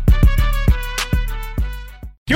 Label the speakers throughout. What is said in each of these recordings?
Speaker 1: ¿Qué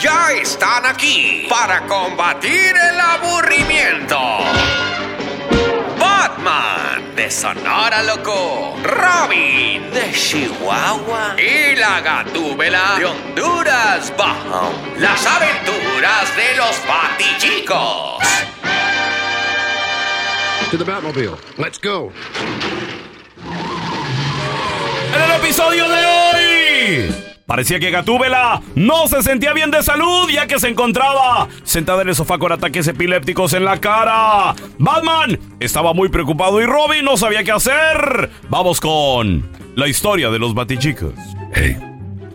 Speaker 2: Ya están aquí para combatir el aburrimiento. Batman de Sonora Loco, Robin de Chihuahua y la Gatúbela de Honduras Bajo. Las aventuras de los patichicos.
Speaker 3: To the Batmobile. Let's go.
Speaker 1: En el episodio de hoy. Parecía que Gatúbela no se sentía bien de salud ya que se encontraba sentada en el sofá con ataques epilépticos en la cara. Batman estaba muy preocupado y Robin no sabía qué hacer. Vamos con la historia de los batichicos.
Speaker 3: Hey,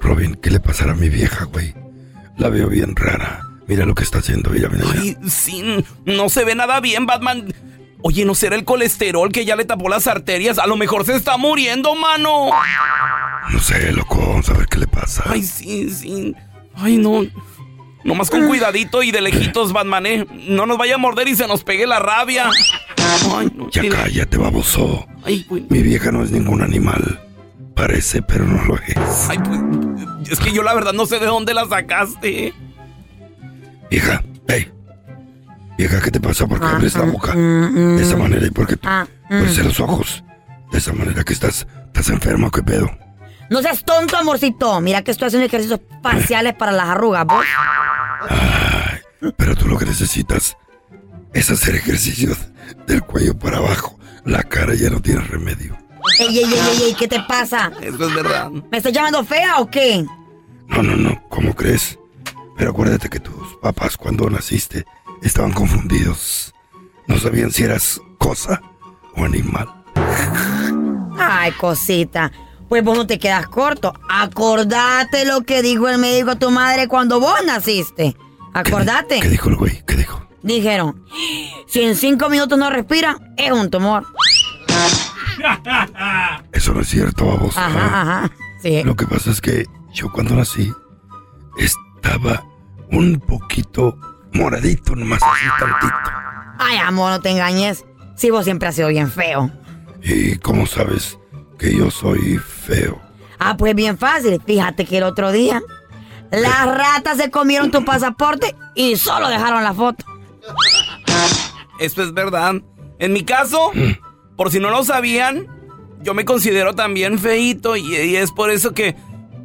Speaker 3: Robin, ¿qué le pasará a mi vieja, güey? La veo bien rara. Mira lo que está haciendo ella, mira. mira.
Speaker 4: Ay, sí, no se ve nada bien, Batman. Oye, ¿no será el colesterol que ya le tapó las arterias? A lo mejor se está muriendo, mano.
Speaker 3: No sé, loco, vamos a ver qué le pasa.
Speaker 4: Ay, sí, sí. Ay, no. Nomás con cuidadito y de lejitos, Batman, ¿eh? No nos vaya a morder y se nos pegue la rabia. Ay, no.
Speaker 3: Ya cállate, baboso.
Speaker 4: Ay, güey.
Speaker 3: Mi vieja no es ningún animal. Parece, pero no lo es.
Speaker 4: Ay, pues, es que yo la verdad no sé de dónde la sacaste.
Speaker 3: Hija, hey. Vieja, ¿qué te pasa? ¿Por qué abres
Speaker 4: Ah,
Speaker 3: la boca de esa manera y por qué tú
Speaker 5: Ah,
Speaker 3: abres los ojos de esa manera que estás, estás enferma? ¿Qué pedo?
Speaker 5: No seas tonto, amorcito. Mira que estoy haciendo ejercicios parciales para las arrugas, ¿vos?
Speaker 3: Pero tú lo que necesitas es hacer ejercicios del cuello para abajo. La cara ya no tiene remedio.
Speaker 5: Ey, ey, ey, ey, ey, ¿qué te pasa?
Speaker 4: Eso es verdad.
Speaker 5: ¿Me estás llamando fea o qué?
Speaker 3: No, no, no, ¿cómo crees? Pero acuérdate que tus papás cuando naciste estaban confundidos. No sabían si eras cosa o animal.
Speaker 5: Ay, cosita. Pues vos no te quedas corto. Acordate lo que dijo el médico a tu madre cuando vos naciste.
Speaker 3: ¿Qué di-
Speaker 5: Acordate.
Speaker 3: ¿Qué dijo el güey? ¿Qué dijo?
Speaker 5: Dijeron, si en cinco minutos no respira, es un tumor.
Speaker 3: Eso no es cierto, baboso. Ah,
Speaker 5: Ajá, ajá. Sí.
Speaker 3: Lo que pasa es que yo cuando nací estaba un poquito moradito, nomás así tantito.
Speaker 5: Ay, amor, no te engañes. Si vos siempre has sido bien feo.
Speaker 3: ¿Y cómo sabes que yo soy feo?
Speaker 5: Ah, pues bien fácil. Fíjate que el otro día
Speaker 3: Eh.
Speaker 5: las ratas se comieron tu pasaporte y solo dejaron la foto.
Speaker 4: Eso es verdad. En mi caso, por si no lo sabían, yo me considero también feito y, y es por eso que,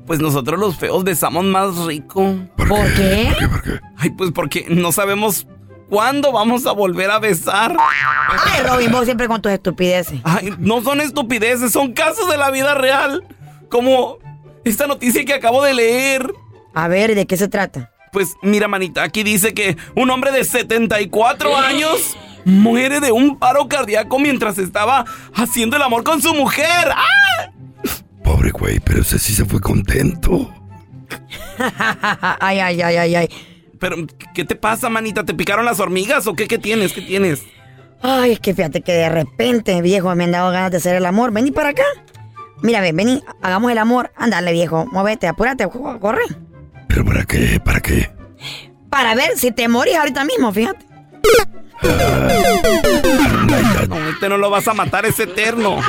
Speaker 4: pues nosotros los feos besamos más rico.
Speaker 5: ¿Por qué?
Speaker 3: ¿Qué? ¿Por qué?
Speaker 4: Ay, pues porque no sabemos cuándo vamos a volver a besar.
Speaker 5: Ay, Robin, vos siempre con tus estupideces.
Speaker 4: Ay, no son estupideces, son casos de la vida real. Como esta noticia que acabo de leer.
Speaker 5: A ver, ¿y ¿de qué se trata?
Speaker 4: Pues mira, manita, aquí dice que un hombre de 74 años muere de un paro cardíaco mientras estaba haciendo el amor con su mujer. ¡Ah!
Speaker 3: Pobre güey, pero ese sí se fue contento.
Speaker 5: ay, ay, ay, ay, ay.
Speaker 4: Pero, ¿qué te pasa, manita? ¿Te picaron las hormigas o qué? ¿Qué tienes? ¿Qué tienes?
Speaker 5: Ay, es que fíjate que de repente, viejo, me han dado ganas de hacer el amor. Vení para acá. Mira, ven, vení, hagamos el amor. Ándale, viejo, móvete, apúrate, co- corre.
Speaker 3: ¿Pero para qué? ¿Para qué?
Speaker 5: Para ver si te morís ahorita mismo, fíjate.
Speaker 4: No, este no lo vas a matar, es eterno.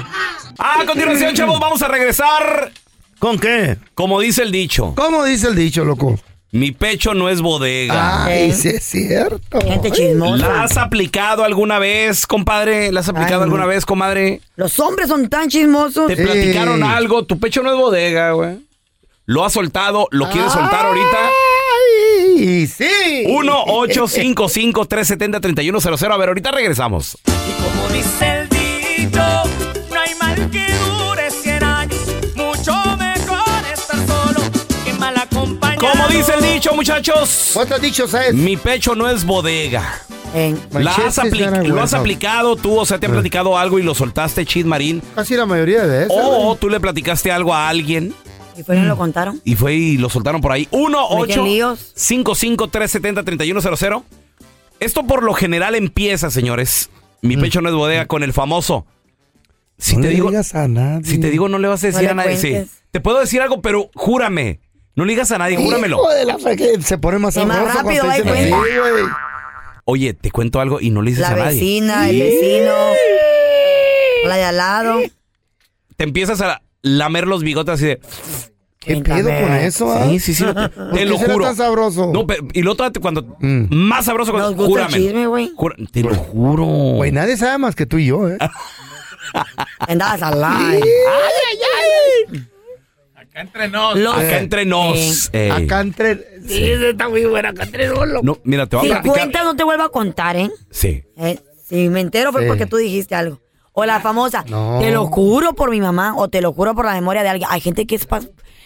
Speaker 4: Ah, A continuación, chavos, vamos a regresar.
Speaker 6: ¿Con qué?
Speaker 4: Como dice el dicho.
Speaker 6: ¿Cómo dice el dicho, loco?
Speaker 4: Mi pecho no es bodega.
Speaker 6: Ay, sí es cierto.
Speaker 5: ¿Eh? Gente chismosa.
Speaker 4: ¿La has aplicado alguna vez, compadre? ¿La has aplicado
Speaker 5: Ay,
Speaker 4: alguna
Speaker 5: no.
Speaker 4: vez, comadre?
Speaker 5: Los hombres son tan chismosos.
Speaker 4: Te platicaron
Speaker 6: Sí.
Speaker 4: algo, tu pecho no es bodega, güey. Lo has soltado, lo quieres soltar ahorita.
Speaker 6: Ay, sí.
Speaker 4: 1-855-370-3100. A ver, ahorita regresamos.
Speaker 2: Y como dice el dicho, no hay mal que dure 100 años. Mucho mejor estar solo que mal acompañado.
Speaker 4: Como dice el dicho, muchachos,
Speaker 6: ¿Cuántos dichos es?
Speaker 4: mi pecho no es bodega.
Speaker 5: Eh,
Speaker 4: La has
Speaker 6: Manchester
Speaker 4: apli-
Speaker 6: Center
Speaker 4: lo has
Speaker 6: Warehouse.
Speaker 4: aplicado tú, o sea, te han platicado algo y lo soltaste, Chid Marín.
Speaker 6: Casi la mayoría de esas.
Speaker 4: O tú le platicaste algo a alguien
Speaker 5: ¿Y fue no lo contaron?
Speaker 4: y fue y lo soltaron por ahí. 1 8
Speaker 5: Meten líos.
Speaker 4: 55 370 3100 Esto por lo general empieza, señores. Mi
Speaker 5: Mm.
Speaker 4: pecho no es bodega con el famoso. Si te digo,
Speaker 7: a nadie.
Speaker 4: si te digo no le vas a decir
Speaker 5: le
Speaker 4: a nadie. sí.
Speaker 5: cuentes.
Speaker 4: Te puedo decir algo, pero júrame. No le digas a nadie, júramelo.
Speaker 7: Hijo de la fe que se pone más
Speaker 5: Y más
Speaker 7: sabroso
Speaker 5: rápido,
Speaker 7: cuando te
Speaker 5: ahí
Speaker 7: dicen
Speaker 6: Sí, güey.
Speaker 4: Oye, te cuento algo y no le
Speaker 5: La
Speaker 4: dices a nadie.
Speaker 5: vecina, el vecino. La de al lado.
Speaker 4: Te empiezas a lamer los bigotes así de.
Speaker 6: ¿Qué
Speaker 5: Cuéntame.
Speaker 6: pedo con eso, ah?
Speaker 4: Sí, sí, sí. Te, te
Speaker 6: qué
Speaker 4: lo
Speaker 6: será
Speaker 4: juro.
Speaker 6: tan sabroso? Mm.
Speaker 4: No, pero- y lo otro cuando. Más sabroso cuando.
Speaker 5: Nos gusta
Speaker 4: júrame.
Speaker 5: el chisme, güey.
Speaker 4: Jura- te lo juro.
Speaker 6: Güey, nadie sabe más que tú y yo, ¿eh?
Speaker 5: Andabas al lado.
Speaker 4: Los- acá entre nos.
Speaker 5: Eh.
Speaker 4: ey.
Speaker 6: Acá entre... Sí, está muy buena, acá entre solo.
Speaker 4: No, mira, te voy
Speaker 5: Si
Speaker 4: a platicar.
Speaker 5: cuentas, no te vuelvo a contar, ¿eh?
Speaker 4: Sí.
Speaker 5: Eh, Si me entero fue
Speaker 6: Sí.
Speaker 5: porque tú dijiste algo. O la famosa,
Speaker 6: No.
Speaker 5: te lo juro por mi mamá o te lo juro por la memoria de alguien. Hay gente que es pa-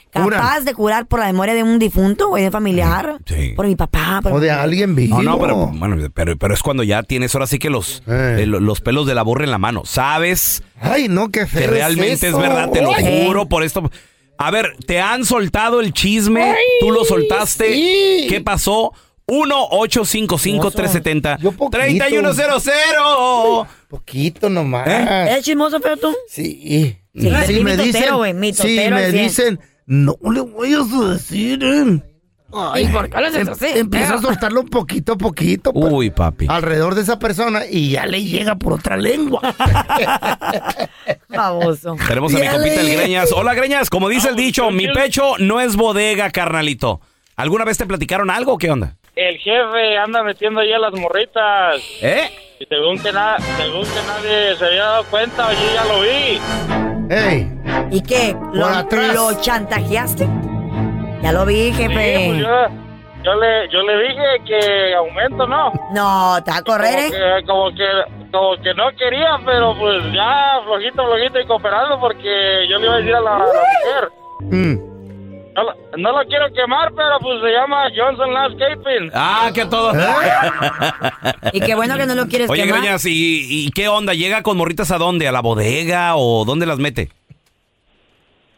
Speaker 5: capaz
Speaker 6: Jura.
Speaker 5: de curar por la memoria de un difunto o de un familiar.
Speaker 4: Sí.
Speaker 5: Por mi papá. Por
Speaker 6: Mm, O de
Speaker 5: mi-
Speaker 6: alguien vivo.
Speaker 4: No, no, pero, bueno, pero, pero es cuando ya tienes ahora sí que los,
Speaker 6: Eh.
Speaker 4: eh, lo- los pelos de la burra en la mano. Sabes
Speaker 6: Ay, no, qué feo
Speaker 4: que realmente es,
Speaker 6: eso.
Speaker 4: verdad, te lo
Speaker 6: Ay,
Speaker 4: juro por esto. A ver, te han soltado el chisme, tú lo soltaste.
Speaker 6: sí.
Speaker 4: ¿Qué pasó? 1-855-370.
Speaker 6: Yo poquito.
Speaker 4: 3100.
Speaker 6: Poquito nomás.
Speaker 4: ¿Eh?
Speaker 5: ¿Eres ¿Eh? chismoso, pero tú?
Speaker 6: ¿Eh? Sí.
Speaker 5: Sí, eres
Speaker 6: Si
Speaker 5: bien
Speaker 6: me
Speaker 5: mitotero,
Speaker 6: dicen,
Speaker 5: güey, mitotero
Speaker 6: si
Speaker 5: al
Speaker 6: me
Speaker 5: cien.
Speaker 6: dicen, no le voy a decir. eh. Ay, ¿por qué Empieza a soltarlo poquito a poquito. pa-
Speaker 4: Uy, papi.
Speaker 6: Alrededor de esa persona y ya le llega por otra lengua.
Speaker 5: Famoso.
Speaker 4: Tenemos a mi compita el Greñas. Hola, Greñas. Como dice el dicho, mi pecho no es bodega, carnalito. ¿Alguna vez te platicaron algo o qué onda?
Speaker 8: El jefe anda metiendo ahí a las morritas.
Speaker 4: ¿Eh?
Speaker 8: Y según que, na- según que nadie se había dado cuenta, yo ya lo vi.
Speaker 6: Ey,
Speaker 5: ¿Y qué? ¿Lo,
Speaker 6: Por atrás.
Speaker 5: lo chantajeaste? Ya lo vi,
Speaker 8: Sí, pues
Speaker 5: jefe.
Speaker 8: yo, yo le, yo le dije que aumento, ¿no?
Speaker 5: No, te va a correr, ¿eh?
Speaker 8: Como que, como que, como que no quería, pero pues ya flojito, flojito y cooperando porque yo le iba a decir a la, a la mujer.
Speaker 6: Mm.
Speaker 8: No, lo- no lo quiero quemar, pero pues se llama Johnson Landscaping.
Speaker 4: Ah, que a todo.
Speaker 5: Y qué bueno que no lo quieres
Speaker 4: Oye,
Speaker 5: quemar.
Speaker 4: Greñas, ¿y, y qué onda? ¿Llega con morritas a dónde? ¿A la bodega o dónde las mete?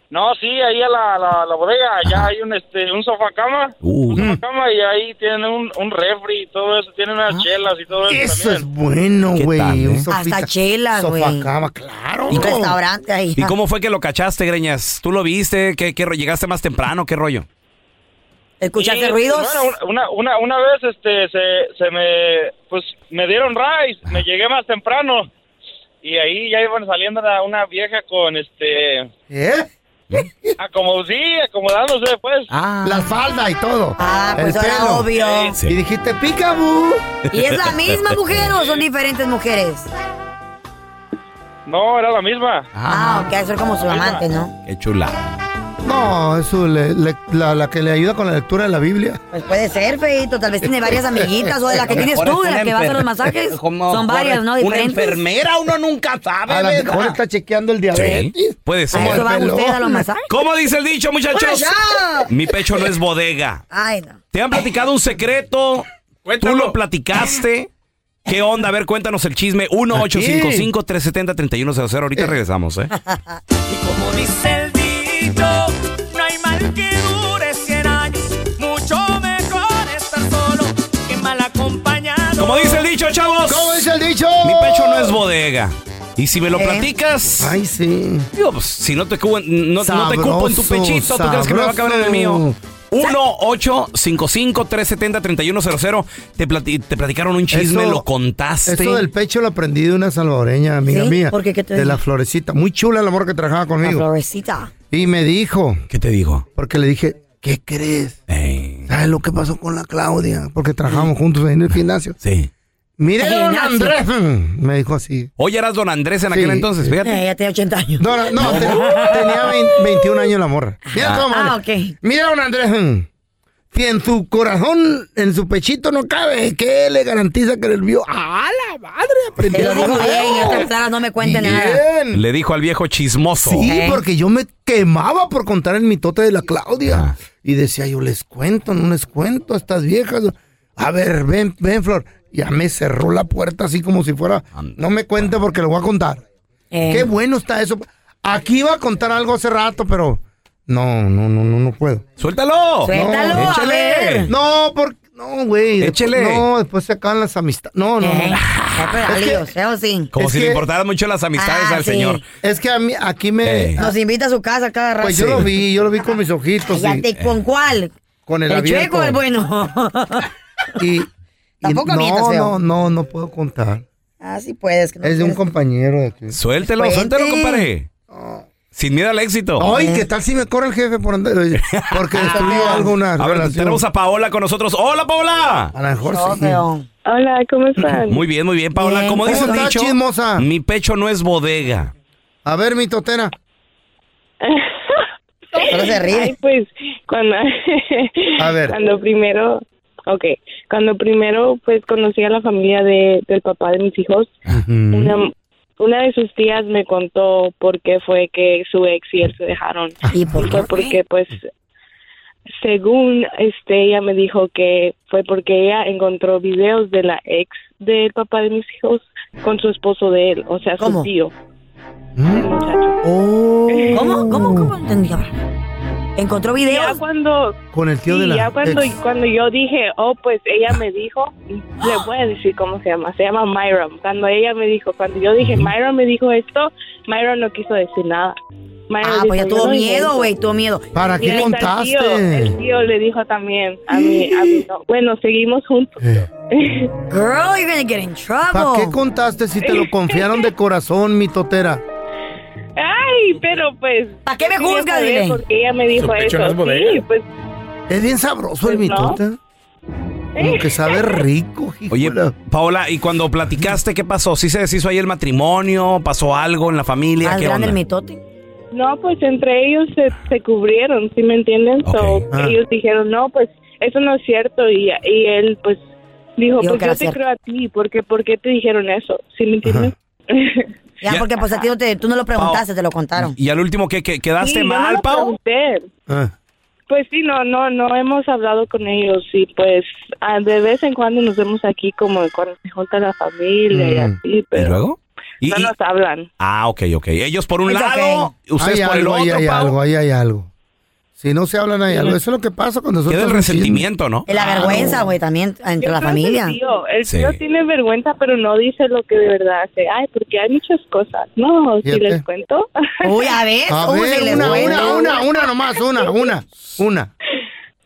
Speaker 8: No, sí, ahí a la, la, la bodega, allá hay un, este, un sofá cama.
Speaker 4: Uh.
Speaker 8: Un sofá cama y ahí tienen un, un refri y todo eso, tienen
Speaker 5: Ah,
Speaker 8: unas chelas y todo eso.
Speaker 6: eso es
Speaker 8: también.
Speaker 6: bueno,
Speaker 4: ¿Qué
Speaker 6: güey.
Speaker 4: tal, eh?
Speaker 6: Un sofita-
Speaker 5: Hasta chelas, güey.
Speaker 6: Sofacama, claro.
Speaker 5: Un restaurante ahí.
Speaker 4: ¿Y cómo fue que lo cachaste, Greñas? ¿Tú lo viste? ¿Qué, qué ro- ¿Llegaste más temprano? ¿Qué rollo?
Speaker 5: ¿Escuchaste
Speaker 8: Sí,
Speaker 5: ruidos?
Speaker 8: pues, Bueno, una, una, una vez este, se, se me, pues, me dieron rice, me llegué más temprano. Y ahí ya iban saliendo la- una vieja con este,
Speaker 6: ¿Eh?
Speaker 8: como sí, acomodándose pues.
Speaker 6: La falda y todo.
Speaker 5: Ah, pues
Speaker 6: El
Speaker 5: era
Speaker 6: pelo.
Speaker 5: obvio.
Speaker 6: Y dijiste, picabú.
Speaker 5: ¿Y es la misma mujer o son diferentes mujeres?
Speaker 8: No, era la misma.
Speaker 5: Ah, ok, eso es como su amante, ¿no?
Speaker 4: Qué chula.
Speaker 6: No, eso le- le- la, la que le ayuda con la lectura de la Biblia.
Speaker 5: Pues puede ser, feito. Tal vez tiene varias amiguitas o de las que tienes
Speaker 4: Ahora
Speaker 5: tú, de
Speaker 4: es
Speaker 5: las
Speaker 4: una
Speaker 5: que vas a
Speaker 4: enfer-
Speaker 5: los masajes.
Speaker 4: como-
Speaker 5: Son varias, ¿no?
Speaker 4: Una
Speaker 5: Diferentes.
Speaker 4: enfermera, uno nunca sabe. Ah.
Speaker 6: A lo
Speaker 4: ¿verdad?
Speaker 6: mejor está chequeando el diabetes.
Speaker 4: Sí, puede
Speaker 5: ¿A
Speaker 6: Como
Speaker 4: ser.
Speaker 6: el
Speaker 5: eso van
Speaker 6: pelón.
Speaker 5: ustedes a los masajes?
Speaker 4: ¿Cómo dice el dicho, muchachos?
Speaker 5: ¡Vaya!
Speaker 4: Mi pecho no es bodega.
Speaker 5: Ay, no.
Speaker 4: ¿Te han platicado un secreto? ¿Tú lo platicaste? ¿Qué onda? A ver, cuéntanos el chisme. 1-855-370-3100. Ahorita regresamos, ¿eh?
Speaker 2: Y como dice el dicho, no hay mal que dure 100 años. Mucho mejor estar solo que mal acompañado.
Speaker 4: Como dice el dicho, chavos.
Speaker 6: ¿Cómo dice el dicho?
Speaker 4: Mi pecho no es bodega. Y si me lo
Speaker 5: ¿Eh?
Speaker 4: platicas,
Speaker 6: Ay, sí.
Speaker 4: digo, pues, si no te, cubo en- no, no te cupo en tu
Speaker 6: Sabroso,
Speaker 4: pechito, ¿tú crees que me va a caber en el mío?
Speaker 6: sabroso.
Speaker 4: 1-855-370-3100. Te, plati- te platicaron un chisme,
Speaker 6: Eso-
Speaker 4: lo contaste.
Speaker 6: Eso del pecho lo aprendí de una salvadoreña, amiga
Speaker 5: ¿Sí?
Speaker 6: mía.
Speaker 5: ¿Por qué? ¿Qué te
Speaker 6: de
Speaker 5: dijo?
Speaker 6: la florecita. Muy chula el amor que trabajaba
Speaker 5: La
Speaker 6: conmigo.
Speaker 5: florecita.
Speaker 6: Y me dijo,
Speaker 4: ¿Qué te digo?
Speaker 6: porque le dije, ¿Qué crees? ¿Sabes lo que pasó con la Claudia? Porque trabajamos
Speaker 3: Mm.
Speaker 6: juntos ahí en el gimnasio.
Speaker 4: Sí.
Speaker 6: Mire,
Speaker 3: El
Speaker 6: don
Speaker 3: gimnasio.
Speaker 6: Andrés, mm, me dijo así.
Speaker 4: Oye, eras don Andrés en aquel
Speaker 6: Sí,
Speaker 4: entonces,
Speaker 6: sí.
Speaker 4: fíjate.
Speaker 5: ya tenía 80 años.
Speaker 6: No, no, no, te- tenía vein- 21 años la morra. Mira,
Speaker 4: Ah.
Speaker 6: cómo,
Speaker 5: Ah,
Speaker 6: mira.
Speaker 5: ok.
Speaker 6: Mira, don Andrés, mm, si en su corazón, en su pechito no cabe, ¿qué le garantiza que el vio? Ah, ¡A la madre!
Speaker 5: Te
Speaker 6: Aprendió
Speaker 5: lo digo
Speaker 6: algo
Speaker 5: bien,
Speaker 6: nuevo.
Speaker 5: estas claras no me cuenten nada.
Speaker 6: Bien.
Speaker 4: Le dijo al viejo chismoso.
Speaker 6: Sí,
Speaker 5: Ok.
Speaker 6: porque yo me quemaba por contar el mitote de la
Speaker 5: Ah.
Speaker 6: Claudia. Y decía, yo les cuento, no les cuento a estas viejas. A ver, ven, ven, Flor. Ya me cerró la puerta así como si fuera. No me cuente porque lo voy a contar.
Speaker 5: Eh,
Speaker 6: Qué bueno está eso. Aquí iba a contar algo hace rato, pero. No, no, no, no, no puedo.
Speaker 4: ¡Suéltalo!
Speaker 5: Suéltalo,
Speaker 4: No,
Speaker 5: a
Speaker 4: échale.
Speaker 5: ver.
Speaker 6: No, porque. No, güey. después-
Speaker 4: Échele.
Speaker 6: No, después se acaban las amistades. No, no,
Speaker 5: eh,
Speaker 6: no.
Speaker 5: pero líos, eso sí.
Speaker 4: Ah, Como
Speaker 6: Es
Speaker 4: si
Speaker 6: que-
Speaker 4: le importaran mucho las amistades
Speaker 5: Ah,
Speaker 4: al
Speaker 5: sí.
Speaker 4: señor.
Speaker 6: Es que a mí, aquí me.
Speaker 4: Eh.
Speaker 5: Nos invita a su casa cada rato.
Speaker 6: Pues yo lo vi, yo lo vi con mis ojitos.
Speaker 5: Ya
Speaker 6: y-
Speaker 5: te- Ah, ¿Con cuál?
Speaker 6: Con el
Speaker 5: ¿El chueco
Speaker 6: abierto.
Speaker 5: o el bueno?
Speaker 6: Y, y
Speaker 5: Tampoco mientas,
Speaker 6: no,
Speaker 5: feo.
Speaker 6: no, no, no puedo contar.
Speaker 5: ah, sí puedes. Que no
Speaker 6: Es de un
Speaker 5: quieres.
Speaker 6: compañero de aquí.
Speaker 4: Suéltelo,
Speaker 5: Cuente.
Speaker 4: suéltalo, compadre. Sin miedo al éxito.
Speaker 6: Ay, ¿qué tal si me corre el jefe por andar?
Speaker 5: Ah,
Speaker 6: Porque estoy algo una
Speaker 4: a ver,
Speaker 6: relación.
Speaker 4: tenemos a Paola con nosotros. ¡Hola, Paola!
Speaker 6: A lo mejor
Speaker 5: No,
Speaker 6: sí.
Speaker 5: feo.
Speaker 9: Hola, ¿cómo están?
Speaker 4: Muy bien, muy bien, Paola.
Speaker 5: Bien.
Speaker 4: Como
Speaker 6: ¿Cómo
Speaker 4: dice el
Speaker 6: estás,
Speaker 4: dicho,
Speaker 6: chismosa?
Speaker 4: mi pecho no es bodega.
Speaker 6: A ver, mi totera.
Speaker 5: Solo se
Speaker 9: Ay,
Speaker 5: ríe.
Speaker 9: pues cuando
Speaker 6: A ver.
Speaker 9: cuando primero, okay, cuando primero pues conocí a la familia de del papá de mis hijos, una, una de sus tías me contó por qué fue que su ex y él se dejaron.
Speaker 5: ¿Y por
Speaker 9: Fue
Speaker 5: qué?
Speaker 9: porque pues según este ella me dijo que fue porque ella encontró videos de la ex del papá de mis hijos con su esposo de él, o sea,
Speaker 5: ¿Cómo?
Speaker 9: su tío.
Speaker 6: Mm.
Speaker 9: del muchacho. Oh.
Speaker 5: ¿Cómo? ¿Cómo? ¿Cómo? No Entendí ahora. ¿Encontró
Speaker 9: Ya
Speaker 5: videos?
Speaker 9: cuando
Speaker 6: Con el tío
Speaker 9: Sí,
Speaker 6: de la.
Speaker 9: ya cuando,
Speaker 6: ex.
Speaker 9: cuando yo dije, oh, pues ella me dijo, le voy a decir cómo se llama, se llama Myron. Cuando ella me dijo, cuando yo dije, Myron me dijo esto, Myron no quiso decir nada. Myron
Speaker 5: Ah,
Speaker 9: dijo,
Speaker 5: pues ya
Speaker 9: "Yo
Speaker 5: tuvo
Speaker 9: no
Speaker 5: miedo,
Speaker 9: invento".
Speaker 5: güey, tuvo miedo.
Speaker 6: ¿Para
Speaker 9: Y
Speaker 6: qué
Speaker 9: hasta El tío, el
Speaker 6: contaste?
Speaker 9: tío le dijo también a mí, a mí no. bueno, seguimos juntos.
Speaker 6: Eh,
Speaker 5: Girl, you're gonna get in
Speaker 6: ¿Para qué
Speaker 5: trouble.
Speaker 6: contaste si te lo confiaron de corazón, mi totera?
Speaker 9: Ay, pero pues...
Speaker 5: ¿Para qué me
Speaker 9: quería
Speaker 5: juzga,
Speaker 9: saber
Speaker 5: dile?
Speaker 9: Porque ella me dijo
Speaker 1: pecho no es
Speaker 9: eso.
Speaker 1: bodega.
Speaker 9: Sí, pues,
Speaker 6: Es bien sabroso el
Speaker 9: Pues no.
Speaker 6: mitote. Como que sabe rico,
Speaker 4: Oye,
Speaker 6: híjole.
Speaker 4: Paola, ¿y cuando platicaste qué pasó? ¿Sí se deshizo ahí el matrimonio? ¿Pasó algo en la familia?
Speaker 5: Al
Speaker 4: ¿Qué
Speaker 5: grande
Speaker 4: onda?
Speaker 5: el mitote.
Speaker 9: No, pues entre ellos se, se cubrieron, ¿sí me entienden? So,
Speaker 4: Ok.
Speaker 6: Ah.
Speaker 9: Ellos dijeron, no, pues eso no es cierto. Y, y él, pues, dijo,
Speaker 5: Dijo que
Speaker 9: pues yo
Speaker 5: era
Speaker 9: te
Speaker 5: cierto.
Speaker 9: creo a ti, porque ¿por qué te dijeron eso? ¿Sí me entienden?
Speaker 5: Ya,
Speaker 4: Ya.
Speaker 5: porque pues a ti no te, tú no lo preguntaste, te lo contaron.
Speaker 4: ¿Y al último qué? qué-
Speaker 9: Sí,
Speaker 4: ¿Quedaste
Speaker 9: yo no
Speaker 4: mal,
Speaker 9: lo
Speaker 4: Pau?
Speaker 9: pregunté.
Speaker 6: Ah,
Speaker 9: Pues sí, no, no, no hemos hablado con ellos y pues ah, de vez en cuando nos vemos aquí como cuando se junta la familia y
Speaker 6: Mm.
Speaker 9: así,
Speaker 4: ¿Y
Speaker 9: pero
Speaker 4: luego? Y-
Speaker 9: no
Speaker 4: y-
Speaker 9: nos hablan.
Speaker 4: Ah, ok, ok. Ellos por un
Speaker 5: It's
Speaker 4: lado, ustedes
Speaker 6: hay
Speaker 4: por el
Speaker 6: algo,
Speaker 4: otro,
Speaker 6: ahí hay
Speaker 4: Pau.
Speaker 6: algo, ahí hay algo. Si no se hablan, hay algo. Eso es lo que pasa cuando nosotros.
Speaker 4: Queda el resentimiento, ¿no?
Speaker 5: Y la vergüenza, güey, también entre
Speaker 9: Yo
Speaker 5: la
Speaker 9: creo que
Speaker 5: familia.
Speaker 9: El tío, el
Speaker 4: Sí.
Speaker 9: tío tiene vergüenza, pero no dice lo que de verdad hace. Ay, porque hay muchas cosas. No, si
Speaker 6: Fíjate.
Speaker 9: les cuento.
Speaker 5: Uy, a ver,
Speaker 6: A
Speaker 5: uy, se
Speaker 6: ver,
Speaker 5: le
Speaker 6: una,
Speaker 5: fue.
Speaker 6: una, una, una nomás, una, una, una.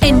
Speaker 10: En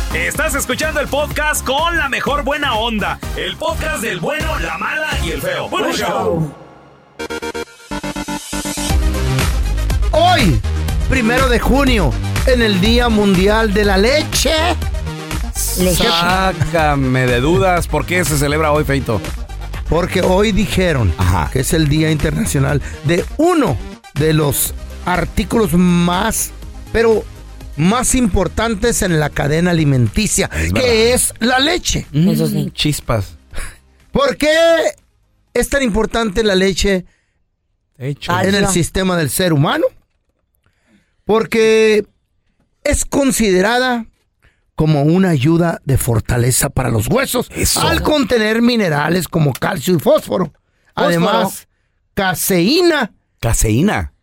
Speaker 1: Estás escuchando el podcast con la mejor buena onda. El podcast del bueno, la mala y el feo. Bueno, show.
Speaker 6: Hoy, primero de junio, en el Día Mundial de la Leche.
Speaker 4: Sácame de dudas, ¿por qué se celebra hoy, Feito?
Speaker 6: Porque hoy dijeron que es el Día Internacional de uno de los artículos más, pero más importantes en la cadena alimenticia, que es la leche.
Speaker 4: Eso sí. Chispas.
Speaker 6: ¿Por qué es tan importante la leche en el
Speaker 4: Hazla.
Speaker 6: sistema del ser humano? Porque es considerada como una ayuda de fortaleza para los huesos al contener minerales como calcio y fósforo. Además, caseína.
Speaker 4: Caseína.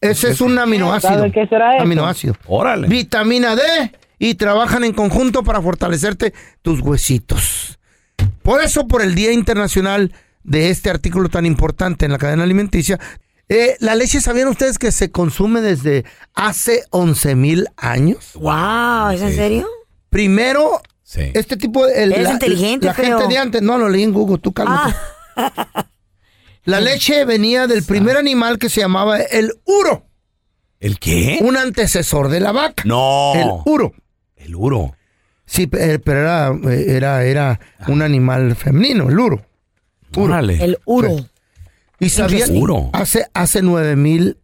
Speaker 6: Ese es un aminoácido.
Speaker 4: ¿Sabe qué será eso?
Speaker 6: Aminoácido.
Speaker 4: Órale.
Speaker 6: Vitamina D y trabajan en conjunto para fortalecerte tus huesitos. Por eso, por el Día Internacional de este artículo tan importante en la cadena alimenticia, eh, la leche, ¿sabían ustedes que se consume desde hace 11 mil años?
Speaker 5: ¡Wow! ¿Es en serio?
Speaker 6: Primero, este tipo de... el-
Speaker 5: Eres
Speaker 6: la,
Speaker 5: inteligente, Ah.
Speaker 6: la
Speaker 5: feo.
Speaker 6: gente de antes, no, lo leí en Google, tú cálmate. La leche venía del primer animal que se llamaba el uro.
Speaker 4: ¿El qué?
Speaker 6: Un antecesor de la vaca.
Speaker 4: No.
Speaker 6: El uro.
Speaker 4: El uro.
Speaker 6: Sí, pe- eh, pero era, eh, era, era un animal femenino, el uro. Uro.
Speaker 4: El
Speaker 6: uro. Y sabía
Speaker 4: Interesting. Uro.
Speaker 6: hace, hace 9000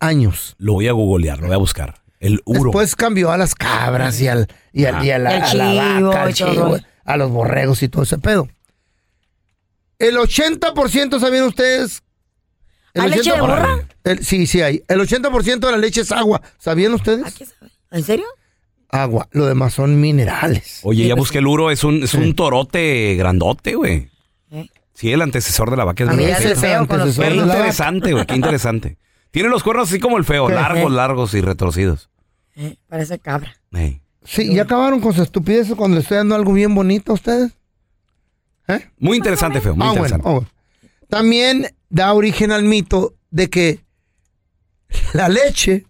Speaker 6: años.
Speaker 4: Lo voy a googlear, lo voy a buscar. El uro.
Speaker 6: Después cambió a las cabras y, al, y, al- y a, la,
Speaker 4: Ah.
Speaker 6: a la
Speaker 4: El
Speaker 6: vaca, al
Speaker 4: chivo y
Speaker 6: chivo,
Speaker 4: todo.
Speaker 6: a los borregos y todo ese pedo. El 80%, ¿sabían ustedes?
Speaker 5: ¿Hay leche de burra?
Speaker 6: El- sí, sí hay. El 80% de la leche es agua. ¿Sabían ustedes?
Speaker 5: ¿En serio?
Speaker 6: Agua. Lo demás son minerales.
Speaker 4: Oye, ya busqué el uro, es un, es un torote grandote, güey. Sí, el antecesor de la vaca es
Speaker 6: ¿Eh? A mí
Speaker 4: grande.
Speaker 6: ese feo con los
Speaker 4: Pero
Speaker 6: cuernos.
Speaker 4: interesante, güey, qué interesante. Tiene los cuernos así como el feo, largos, largos y retorcidos.
Speaker 5: Eh, Parece cabra.
Speaker 6: Sí, ¿ya acabaron con su estupidez cuando le estoy dando algo bien bonito a ustedes?
Speaker 4: Muy interesante, feo, muy
Speaker 6: Ah, bueno,
Speaker 4: interesante.
Speaker 6: ah, bueno. También da origen al mito de que la leche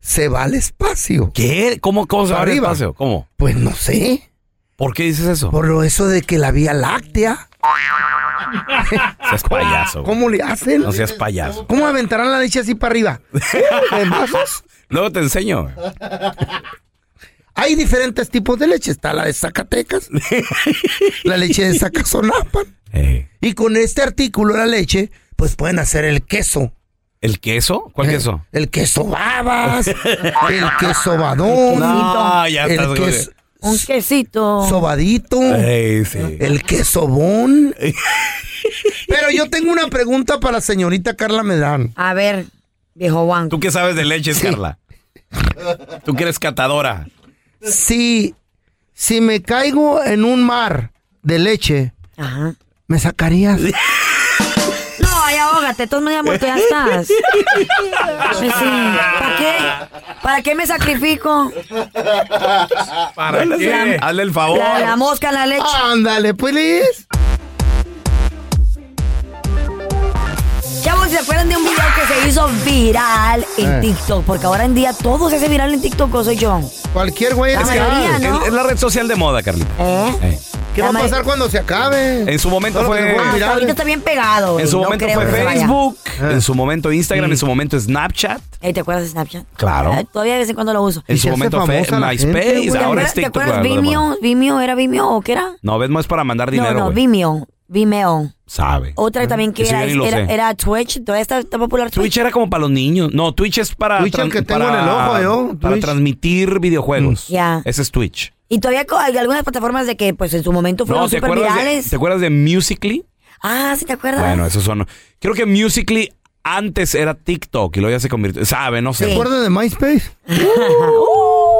Speaker 6: se va al espacio.
Speaker 4: ¿Qué? ¿Cómo, cómo se va al
Speaker 6: Arriba.
Speaker 4: espacio? ¿Cómo?
Speaker 6: Pues no sé.
Speaker 4: ¿Por qué dices eso?
Speaker 6: Por lo eso de que la Vía Láctea.
Speaker 4: Seas payaso. güey.
Speaker 6: ¿Cómo le hacen?
Speaker 4: No seas payaso.
Speaker 6: ¿Cómo aventarán la leche así para arriba? ¿En vasos?
Speaker 4: Luego te enseño. güey.
Speaker 6: Hay diferentes tipos de leche. Está la de Zacatecas, la leche de Zacazonapan. Y con este artículo, la leche, pues pueden hacer el queso.
Speaker 4: ¿El queso? ¿Cuál
Speaker 6: Eh,
Speaker 4: queso?
Speaker 6: El queso babas, el queso badón,
Speaker 4: No, ya
Speaker 6: el
Speaker 4: estás, güey.
Speaker 6: queso
Speaker 5: Un quesito.
Speaker 6: sobadito,
Speaker 4: Ey, sí.
Speaker 6: el queso bon. Pero yo tengo una pregunta para la señorita Carla Medán.
Speaker 5: A ver, viejo Juan.
Speaker 4: ¿Tú qué sabes de leches, Carla? Tú que eres catadora.
Speaker 6: Si, si me caigo en un mar de leche, ¿me sacarías?
Speaker 5: No, ahí ahógate, de todos maneras muerto ya estás. Pues sí, ¿Para qué? ¿Para qué me sacrifico?
Speaker 4: ¿Para
Speaker 5: Dale,
Speaker 4: qué?
Speaker 5: la-
Speaker 4: Hazle el favor.
Speaker 5: La, la mosca en la leche.
Speaker 6: Ándale, pues.
Speaker 5: Chavos, ¿se acuerdan de un video que se hizo viral en
Speaker 4: Eh.
Speaker 5: TikTok? Porque ahora en día todo se hace viral en TikTok, ¿o soy yo?
Speaker 6: Cualquier güey
Speaker 5: La
Speaker 4: Es, que-
Speaker 5: mayoría,
Speaker 4: es-
Speaker 5: ¿no?
Speaker 4: es la red social de moda, Carlita. Eh.
Speaker 6: ¿Qué va a pasar cuando se acabe?
Speaker 4: En su momento
Speaker 6: Todo lo que
Speaker 4: fue-
Speaker 6: se
Speaker 5: Hasta
Speaker 6: viral.
Speaker 5: ahorita está bien pegado. güey,
Speaker 4: En su
Speaker 5: no
Speaker 4: momento
Speaker 5: creo
Speaker 4: fue
Speaker 5: que se vaya. Mm.
Speaker 4: Facebook,
Speaker 5: Ah.
Speaker 4: en su momento Instagram, en su momento Snapchat.
Speaker 5: Ey, ¿Te acuerdas de Snapchat?
Speaker 4: Claro.
Speaker 5: Ay, Todavía de vez en cuando lo uso.
Speaker 4: En su momento fue MySpace,
Speaker 5: ¿Te
Speaker 4: ahora
Speaker 5: acuerdas-
Speaker 4: es
Speaker 5: ¿Te
Speaker 4: TikTok.
Speaker 5: acuerdas
Speaker 4: la- la- la-
Speaker 5: Vimeo? ¿Vimeo era Vimeo o qué era?
Speaker 4: No, ves, no es para mandar
Speaker 5: No,
Speaker 4: dinero,
Speaker 5: no,
Speaker 4: güey.
Speaker 5: Vimeo. Vimeo.
Speaker 4: Sabe.
Speaker 5: Otra también que
Speaker 4: Eso
Speaker 5: era,
Speaker 4: pues. yo ni lo
Speaker 5: era,
Speaker 4: sé.
Speaker 5: era Twitch. Todavía está, está popular Twitch.
Speaker 4: Twitch era como para los niños. No, Twitch es para,
Speaker 5: Twitch el
Speaker 4: tran-
Speaker 5: que tengo
Speaker 4: para-
Speaker 5: en el ojo, yo,
Speaker 4: para
Speaker 5: Twitch.
Speaker 4: transmitir videojuegos.
Speaker 5: Ya.
Speaker 4: Ese es Twitch.
Speaker 5: Y todavía co- hay algunas plataformas de que pues en su momento fueron
Speaker 4: No, ¿te
Speaker 5: súper
Speaker 4: acuerdas, de,
Speaker 5: virales.
Speaker 4: ¿te acuerdas de Musically?
Speaker 5: Ah, ¿sí te acuerdas?
Speaker 4: Bueno, esos son. Creo que Musically antes era TikTok y luego ya se convirtió. ¿Sabe? No sé.
Speaker 6: ¿Se acuerdan de MySpace?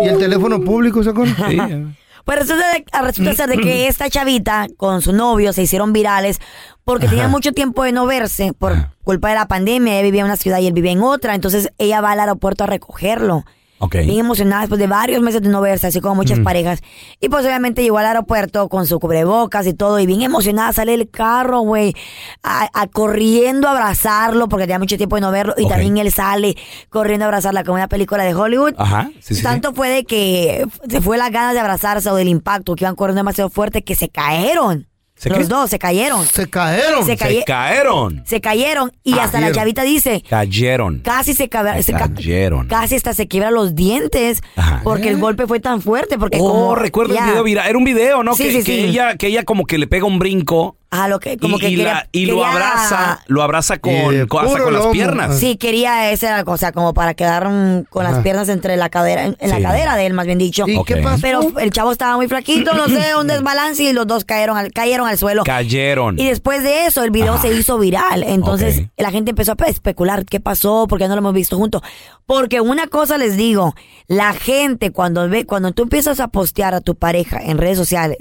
Speaker 6: ¿Y el teléfono público, se acuerdan?
Speaker 4: Sí,
Speaker 5: Pues resulta, de- resulta ser de que esta chavita con su novio se hicieron virales porque tenían mucho tiempo de no verse por culpa de la pandemia. Ella vivía en una ciudad y él vivía en otra. Entonces ella va al aeropuerto a recogerlo.
Speaker 4: Ok.
Speaker 5: Bien emocionada después de varios meses de no verse, así como muchas
Speaker 4: Mm.
Speaker 5: parejas. Y pues obviamente llegó al aeropuerto con su cubrebocas y todo. Y bien emocionada sale el carro, güey, a, a- corriendo a abrazarlo porque tenía mucho tiempo de no verlo. Y
Speaker 4: Ok.
Speaker 5: también él sale corriendo a abrazarla como una película de Hollywood.
Speaker 4: Ajá. Ah, Sí, sí, sí.
Speaker 5: Tanto fue de que se fue las ganas de abrazarse o del impacto que iban corriendo demasiado fuerte que se caeron. Los dos se cayeron.
Speaker 6: Se cayeron.
Speaker 5: Se, caye-
Speaker 4: Se cayeron.
Speaker 5: se cayeron. Y hasta la
Speaker 4: Cayeron.
Speaker 5: chavita dice,
Speaker 4: Cayeron.
Speaker 5: casi se, cabra- se ca-
Speaker 4: Cayeron.
Speaker 5: casi hasta se quiebra los dientes porque el golpe fue tan fuerte. Porque
Speaker 4: Oh,
Speaker 5: como,
Speaker 4: recuerdo
Speaker 5: ya.
Speaker 4: el video viral. Era un video, ¿no?
Speaker 5: Sí,
Speaker 4: que,
Speaker 5: sí,
Speaker 4: que
Speaker 5: sí.
Speaker 4: ella, que ella como que le pega un brinco.
Speaker 5: Ah, lo que, como
Speaker 4: y,
Speaker 5: que
Speaker 4: y
Speaker 5: quería-
Speaker 4: la- y lo
Speaker 5: quería-
Speaker 4: abraza, lo abraza con, con- hasta con las piernas.
Speaker 5: Ah. Sí, quería esa cosa, como para quedar mm, con las
Speaker 4: Ajá.
Speaker 5: piernas entre la cadera, en, en la
Speaker 4: Sí.
Speaker 5: cadera de él, más bien dicho.
Speaker 4: ¿Y qué Ok. pasó?
Speaker 5: Pero el chavo estaba muy flaquito, no sé, un desbalance y los dos cayeron al, cayeron al suelo.
Speaker 4: Cayeron.
Speaker 5: Y después de eso, el video se hizo viral. Entonces, la gente empezó a pe- especular qué pasó, porque no lo hemos visto juntos. Porque una cosa les digo, la gente cuando ve, cuando tú empiezas a postear a tu pareja en redes sociales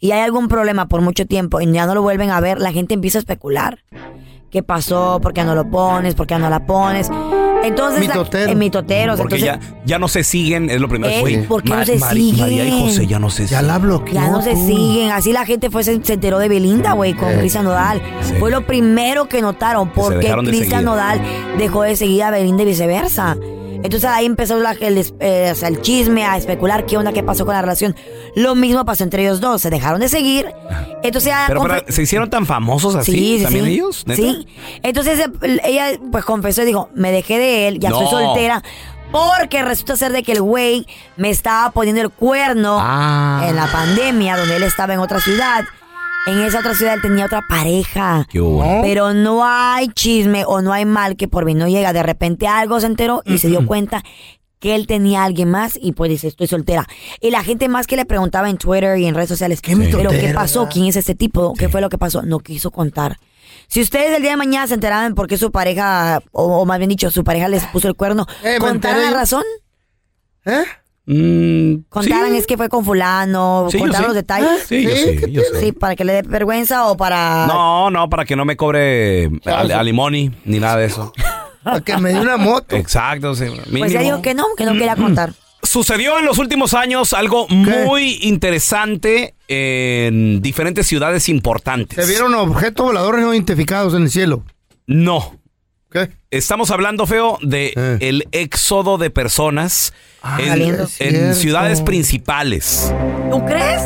Speaker 5: y hay algún problema por mucho tiempo y ya no lo vuelven a ver, la gente empieza a especular. ¿Qué pasó? ¿Por qué no lo pones? ¿Por qué no la pones? Entonces, la- eh, mitoteros.
Speaker 4: Porque
Speaker 5: entonces,
Speaker 4: ya, ya no se siguen, es lo primero.
Speaker 5: Ey,
Speaker 4: Oye,
Speaker 5: ¿por qué no se siguen?
Speaker 4: María y José ya no se siguen. Ya la
Speaker 6: bloqueó.
Speaker 5: Ya no se siguen. Así la gente fue, se, se enteró de Belinda, güey, con
Speaker 4: Eh,
Speaker 5: Cristian Nodal.
Speaker 4: sí.
Speaker 5: Fue lo primero que notaron porque
Speaker 4: dejaron de
Speaker 5: Cristian
Speaker 4: seguir.
Speaker 5: Nodal dejó de seguir a Belinda y viceversa. Entonces ahí empezó la- el, es- eh, o sea, el chisme, a especular qué onda, qué pasó con la relación. Lo mismo pasó entre ellos dos, se dejaron de seguir. Entonces ya
Speaker 4: Pero,
Speaker 5: confe-
Speaker 4: para- ¿se hicieron tan famosos así
Speaker 5: Sí, sí,
Speaker 4: también
Speaker 5: sí.
Speaker 4: ellos? ¿Neta?
Speaker 5: Sí. Entonces eh, ella pues confesó y dijo, me dejé de él, ya soy
Speaker 4: No.
Speaker 5: soltera. Porque resulta ser de que el güey me estaba poniendo el cuerno
Speaker 4: Ah.
Speaker 5: en la pandemia, donde él estaba en otra ciudad. En esa otra ciudad él tenía otra pareja.
Speaker 4: Qué hubo.
Speaker 5: Pero no hay chisme o no hay mal que por mí no llega. De repente algo se enteró y se dio cuenta que él tenía a alguien más y pues dice, estoy soltera. Y la gente más que le preguntaba en Twitter y en redes sociales, ¿pero qué
Speaker 11: mitotero,
Speaker 5: pasó? ¿Quién es este tipo? ¿Qué fue lo que pasó? No quiso contar. Si ustedes el día de mañana se enteraban por qué su pareja, o, o más bien dicho, su pareja les puso el cuerno, ¿contaran la razón?
Speaker 6: ¿Eh?
Speaker 4: Mm,
Speaker 5: Contaran es que fue con fulano,
Speaker 4: Sí, yo
Speaker 5: contaran
Speaker 4: sé.
Speaker 5: los detalles.
Speaker 4: Sí, yo sé, yo sé.
Speaker 5: Sí, para que le dé vergüenza o para...
Speaker 4: No, no, para que no me cobre al- alimony ni nada de eso.
Speaker 6: Para que me dé una moto.
Speaker 4: Exacto, sí.
Speaker 5: Pues ya
Speaker 4: mínimo.
Speaker 5: dijo que no, que no quería contar.
Speaker 4: Sucedió en los últimos años algo muy interesante en diferentes ciudades importantes.
Speaker 6: ¿Se vieron objetos voladores no identificados en el cielo?
Speaker 4: No. Estamos hablando, Feo, de el éxodo de personas en,
Speaker 5: es
Speaker 4: en
Speaker 5: cierto.
Speaker 4: ciudades principales.
Speaker 5: ¿Tú crees?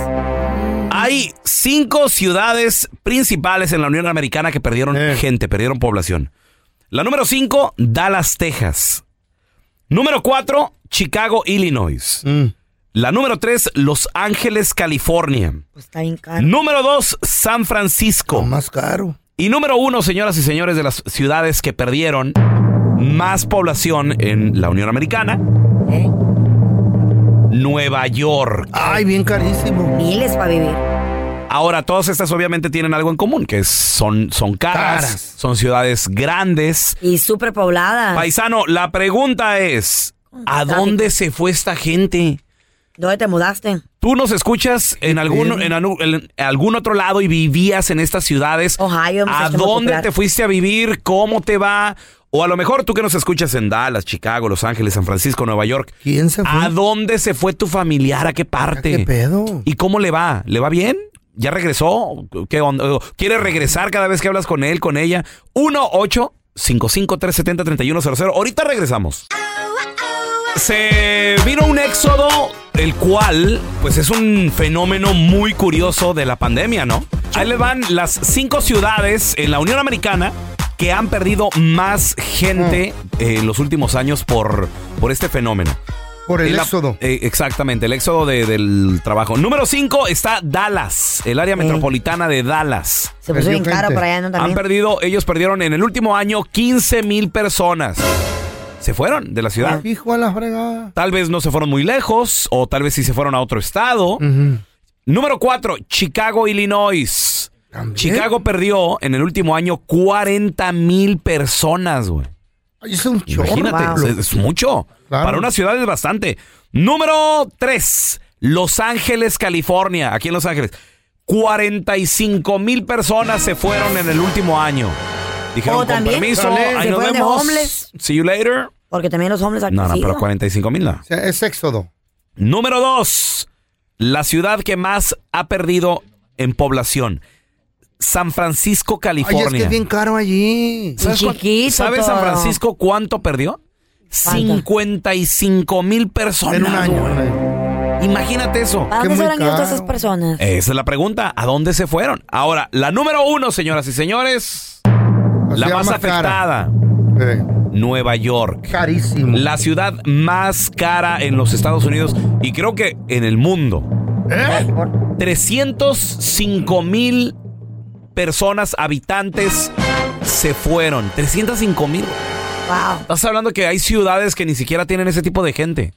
Speaker 4: Hay cinco ciudades principales en la Unión Americana que perdieron
Speaker 6: Eh.
Speaker 4: gente, perdieron población. La número cinco, Dallas, Texas. Número cuatro, Chicago, Illinois.
Speaker 6: Mm.
Speaker 4: La número tres, Los Ángeles, California.
Speaker 5: Está bien Pues, caro.
Speaker 4: Número dos, San Francisco.
Speaker 6: más caro.
Speaker 4: Y número uno, señoras y señores, de las ciudades que perdieron más población en la Unión Americana. Nueva York.
Speaker 6: Ay, bien carísimo.
Speaker 5: Miles para vivir.
Speaker 4: Ahora, todas estas obviamente tienen algo en común, que son, son caras,
Speaker 5: Caras.
Speaker 4: son ciudades grandes.
Speaker 5: Y súper poblada.
Speaker 4: Paisano, la pregunta es, ¿a dónde se fue esta gente?
Speaker 5: ¿Dónde te mudaste?
Speaker 4: Tú nos escuchas en algún, en, anu- en algún otro lado y vivías en estas ciudades.
Speaker 5: Ohio, me
Speaker 4: ¿A
Speaker 5: escuché muy
Speaker 4: dónde
Speaker 5: popular.
Speaker 4: te fuiste a vivir? ¿Cómo te va? O a lo mejor tú que nos escuchas en Dallas, Chicago, Los Ángeles, San Francisco, Nueva York.
Speaker 6: ¿Quién se
Speaker 4: ¿A dónde se fue tu familiar? ¿A qué parte?
Speaker 6: ¿Qué pedo?
Speaker 4: ¿Y cómo le va? ¿Le va bien? ¿Ya regresó? ¿Qué onda? ¿Quiere regresar cada vez que hablas con él, con ella? 1 8 55 370 3100 Ahorita regresamos. Se vino un éxodo, el cual, pues es un fenómeno muy curioso de la pandemia, ¿no? Ahí le van las cinco ciudades en la Unión Americana que han perdido más gente
Speaker 6: Mm.
Speaker 4: eh, en los últimos años por, por este fenómeno.
Speaker 6: Por el
Speaker 4: En la-
Speaker 6: éxodo.
Speaker 4: eh, exactamente, el éxodo de- del trabajo. Número 5 está Dallas, el
Speaker 6: Mm.
Speaker 4: área metropolitana de Dallas.
Speaker 5: Se puso bien caro para allá, ¿no?
Speaker 4: Han
Speaker 5: También.
Speaker 4: perdido, ellos perdieron en el último año 15 mil personas. Se fueron de la ciudad.
Speaker 6: Hijo de la fregada.
Speaker 4: Tal vez no se fueron muy lejos o tal vez sí se fueron a otro estado. Número 4, Chicago, Illinois. Chicago perdió en el último año 40 mil personas, güey.
Speaker 6: Ay, es un chorro.
Speaker 4: Imagínate,
Speaker 6: Pablo.
Speaker 4: es, es mucho.
Speaker 6: Claro.
Speaker 4: Para una ciudad es bastante. Número 3, Los Ángeles, California. Aquí en Los Ángeles. 45 mil personas se fueron en el último año. Dijeron,
Speaker 5: O
Speaker 4: con
Speaker 5: Oh, también
Speaker 4: permiso,
Speaker 5: se
Speaker 4: ahí nos
Speaker 5: fueron de
Speaker 4: vemos.
Speaker 5: homeless.
Speaker 4: See you later.
Speaker 5: Porque también los hombres aquí
Speaker 4: No, no,
Speaker 5: sí,
Speaker 4: pero
Speaker 5: ¿no?
Speaker 4: 45 mil no.
Speaker 6: Es éxodo.
Speaker 4: Número 2, la ciudad que más ha perdido en población. San Francisco,
Speaker 6: Ay, es que
Speaker 4: California.
Speaker 6: es bien caro allí.
Speaker 4: cuán- ¿Sabes San Francisco cuánto perdió? 55 mil personas.
Speaker 6: En un año.
Speaker 4: güey. Imagínate eso.
Speaker 5: ¿A dónde se habrán ido todas esas personas?
Speaker 4: Esa es la pregunta. ¿A dónde se fueron? Ahora, la número uno, señoras y señores. la
Speaker 6: sea,
Speaker 4: más
Speaker 6: más cara.
Speaker 4: afectada. Nueva York.
Speaker 6: Carísimo.
Speaker 4: La ciudad más cara en los Estados Unidos y creo que en el mundo.
Speaker 6: ¿Eh?
Speaker 4: 305 mil personas, habitantes, se fueron. 305 mil.
Speaker 5: Wow.
Speaker 4: Estás hablando que hay ciudades que ni siquiera tienen ese tipo de gente.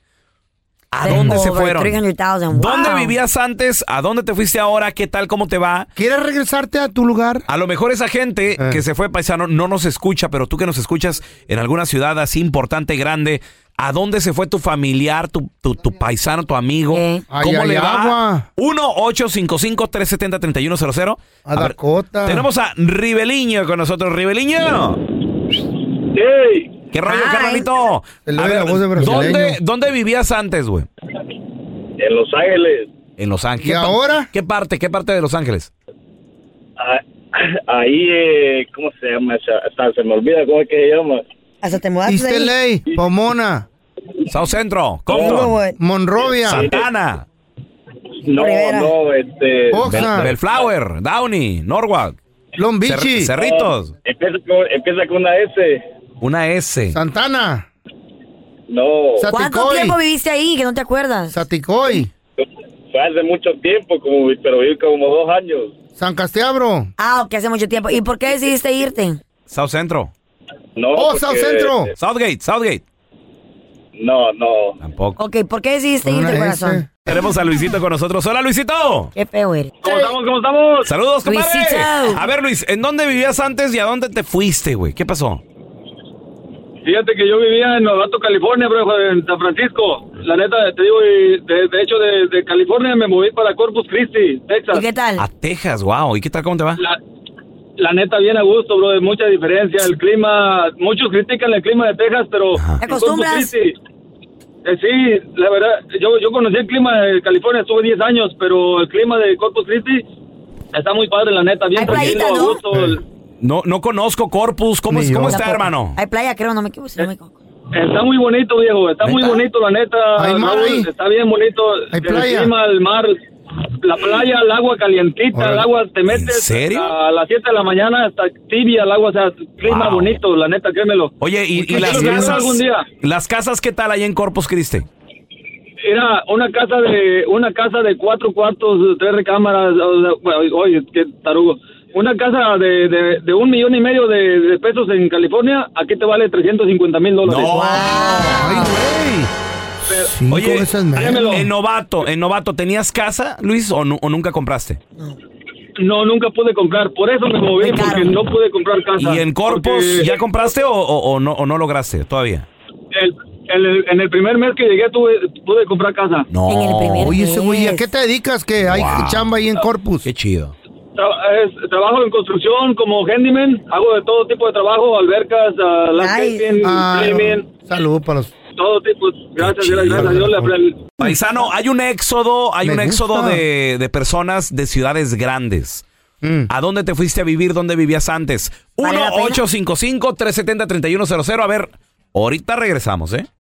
Speaker 4: ¿A dónde se
Speaker 5: Over
Speaker 4: fueron?
Speaker 5: 300,000,
Speaker 4: ¿Dónde
Speaker 5: wow.
Speaker 4: vivías antes? ¿A dónde te fuiste ahora? ¿Qué tal? ¿Cómo te va?
Speaker 6: ¿Quieres regresarte a tu lugar?
Speaker 4: A lo mejor esa gente
Speaker 6: Ah.
Speaker 4: que se fue paisano no nos escucha, pero tú que nos escuchas en alguna ciudad así importante, grande, ¿a dónde se fue tu familiar, tu, tu- tu paisano, tu amigo? ¿Cómo
Speaker 6: ay,
Speaker 4: le
Speaker 6: agua.
Speaker 4: va? 1-855-370-3100.
Speaker 6: A
Speaker 4: A ver,
Speaker 6: Dakota.
Speaker 4: Tenemos a Ribeliño con nosotros. Ribeliño. ¿Qué rollo,
Speaker 11: Hi.
Speaker 4: carnalito?
Speaker 6: El
Speaker 4: A
Speaker 6: de la
Speaker 4: ver,
Speaker 6: voz de brasileño.
Speaker 4: ¿dónde, dónde vivías antes, güey?
Speaker 11: En Los Ángeles,
Speaker 4: En Los Ángeles.
Speaker 11: ¿Y
Speaker 4: ¿Qué pa-
Speaker 11: ahora?
Speaker 4: ¿Qué parte? ¿Qué parte de Los Ángeles?
Speaker 12: ah,
Speaker 11: a- ahí, eh, ¿cómo se llama? esa- hasta se me olvida cómo es que se llama.
Speaker 5: Hasta te mudaste
Speaker 3: Este,
Speaker 6: East
Speaker 5: de ahí.
Speaker 6: LA, Pomona.
Speaker 4: South Centro,
Speaker 5: Inglewood.
Speaker 6: Monrovia.
Speaker 4: Santana.
Speaker 11: No,
Speaker 6: Rivera.
Speaker 11: no, este.
Speaker 4: Bel- Bellflower, Downey, Norwalk.
Speaker 6: Long Beach.
Speaker 4: Cer- Cerritos.
Speaker 11: No, empieza, con, empieza con una S.
Speaker 4: Una S.
Speaker 6: Santana.
Speaker 11: No.
Speaker 5: ¿Cuánto tiempo viviste ahí que no te acuerdas?
Speaker 6: Saticoy.
Speaker 11: Fue hace mucho tiempo, como, pero viví como dos años.
Speaker 6: San Castiabro.
Speaker 5: Ah, ok, hace mucho tiempo. ¿Y por qué decidiste irte?
Speaker 4: South Centro.
Speaker 11: No.
Speaker 6: Oh, South porque- Centro.
Speaker 4: Southgate, Southgate.
Speaker 11: No, no.
Speaker 4: Tampoco.
Speaker 5: Ok, ¿por qué decidiste irte, corazón?
Speaker 4: Tenemos a Luisito con nosotros. Hola, Luisito.
Speaker 5: Qué feo eres.
Speaker 11: ¿Cómo estamos? ¿Cómo estamos?
Speaker 4: Saludos, compadre.
Speaker 5: Luisito.
Speaker 4: A ver, Luis, ¿en dónde vivías antes y a dónde te fuiste, güey? ¿Qué pasó?
Speaker 12: Fíjate que yo vivía en Novato, California, pero en San Francisco. La neta, te digo, y de, de hecho, de, de California me moví para Corpus Christi, Texas.
Speaker 4: A Texas, wow. ¿Y qué tal? ¿Cómo te va?
Speaker 12: La, la neta, bien a gusto, bro, de mucha diferencia. El clima, muchos critican el clima de Texas, pero...
Speaker 5: ¿Te
Speaker 12: en Corpus
Speaker 5: acostumbras?
Speaker 12: Christi, eh, sí, la verdad, yo, yo conocí el clima de California, estuve 10 años, pero el clima de Corpus Christi está muy padre, la neta, bien tranquilo, a gusto.
Speaker 4: No, no conozco Corpus. ¿Cómo, es, cómo está,
Speaker 5: Tampoco.
Speaker 4: hermano?
Speaker 5: Hay playa, creo, no me equivoco. si no me equivoco.
Speaker 12: Está muy bonito, viejo. Está muy bonito, la neta.
Speaker 5: Hay mar
Speaker 12: Raúl,
Speaker 5: ahí.
Speaker 12: Está bien bonito.
Speaker 5: Hay
Speaker 12: El
Speaker 5: playa.
Speaker 12: clima, el mar, la playa, el agua calientita, el agua te metes.
Speaker 4: serio?
Speaker 12: A las 7 de la mañana está tibia el agua, o sea, clima
Speaker 4: Wow.
Speaker 12: bonito, la neta, créemelo.
Speaker 4: Oye, ¿y, y
Speaker 12: Yo
Speaker 4: las
Speaker 12: quiero que
Speaker 4: casas?
Speaker 12: algún día.
Speaker 4: ¿Las casas qué tal ahí en Corpus Christi?
Speaker 12: Era una casa de una casa de cuatro cuartos, tres recámaras, o sea, bueno, oye, qué tarugo. Una casa de, de, de un millón y medio de, de pesos en California, aquí te vale 350 mil dólares.
Speaker 4: Oye,
Speaker 12: Créemelo.
Speaker 4: en novato, en novato, ¿tenías casa, Luis, o, nu- o nunca compraste?
Speaker 12: No, nunca pude comprar. Por eso me moví, porque no pude comprar casa.
Speaker 4: ¿Y en Corpus
Speaker 12: Porque
Speaker 4: ya compraste o, o- o no, o no lograste todavía?
Speaker 12: el- el- en el primer mes que llegué tuve, pude comprar casa.
Speaker 4: No. En el primer
Speaker 6: Oye, ese güey, ¿a qué te dedicas que hay
Speaker 4: Wow.
Speaker 6: chamba ahí en Corpus?
Speaker 4: Qué chido.
Speaker 12: Tra- es- trabajo en construcción como handyman. Hago de todo tipo de trabajo, albercas, ah, landscaping,
Speaker 6: Ah,
Speaker 3: Ah,
Speaker 12: framing,
Speaker 6: Salud para los...
Speaker 12: todo tipo. Gracias, gracias, gracias a Dios. le aprendí.
Speaker 4: Paisano, hay un éxodo, hay
Speaker 12: Me
Speaker 4: un
Speaker 12: gusta.
Speaker 4: éxodo de, de personas de ciudades grandes.
Speaker 6: Mm.
Speaker 4: ¿A dónde te fuiste a vivir? ¿Dónde vivías antes? 1-855-370-3100. A ver, ahorita regresamos, ¿eh?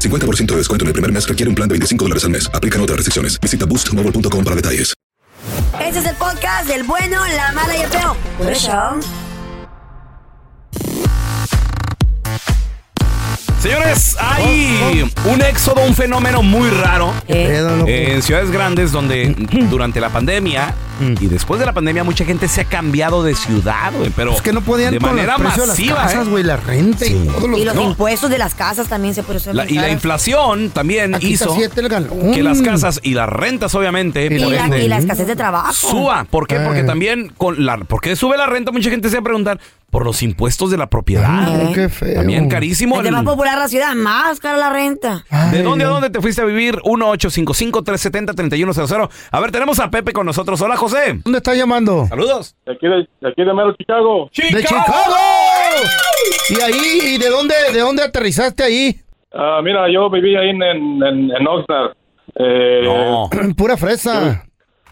Speaker 13: 50% de descuento en el primer mes requiere un plan de 25 dólares al mes. Aplican otras restricciones. Visita boostmobile.com para detalles.
Speaker 5: Este es el podcast del bueno, la mala y el feo. Por eso.
Speaker 4: Señores, hay
Speaker 6: Oh,
Speaker 4: un éxodo, un fenómeno muy raro eh, en ciudades grandes donde durante la pandemia
Speaker 6: Mm.
Speaker 4: y después de la pandemia mucha gente se ha cambiado de ciudad, güey, pero
Speaker 6: Es que no podían
Speaker 4: de
Speaker 6: con los
Speaker 4: manera
Speaker 6: precios de las
Speaker 4: masiva.
Speaker 6: casas,
Speaker 4: ¿eh?
Speaker 6: güey, la renta y todo lo
Speaker 5: Y los
Speaker 4: No.
Speaker 5: impuestos de las casas también se pusieron
Speaker 4: La-
Speaker 5: bien
Speaker 4: y la
Speaker 5: caros.
Speaker 4: inflación también
Speaker 5: Aquí está
Speaker 4: hizo
Speaker 5: siete el galón.
Speaker 4: que las casas y las rentas obviamente
Speaker 5: Y
Speaker 4: por
Speaker 5: la,
Speaker 4: ende,
Speaker 5: y la escasez de trabajo.
Speaker 4: suba. ¿Por qué?
Speaker 6: Eh.
Speaker 5: Eh.
Speaker 4: Porque también con la porque sube la renta mucha gente se va a preguntar por los impuestos de la propiedad.
Speaker 5: Ay, Ah, qué
Speaker 6: feo.
Speaker 4: También carísimo.
Speaker 5: Entre
Speaker 4: el-
Speaker 5: más popular la ciudad, más cara la renta.
Speaker 4: ¿De dónde a dónde te fuiste a vivir? 1-855-370-3100. A ver, tenemos a Pepe con nosotros. Hola, José.
Speaker 6: ¿Dónde está llamando?
Speaker 4: Saludos.
Speaker 14: De aquí de, de aquí de mero Chicago.
Speaker 6: ¡De Chicago! ¿Y ahí? ¿Y de dónde, de dónde aterrizaste ahí?
Speaker 14: Ah, mira, yo viví ahí en, en, en, en Oxnard. Eh,
Speaker 6: Pura fresa.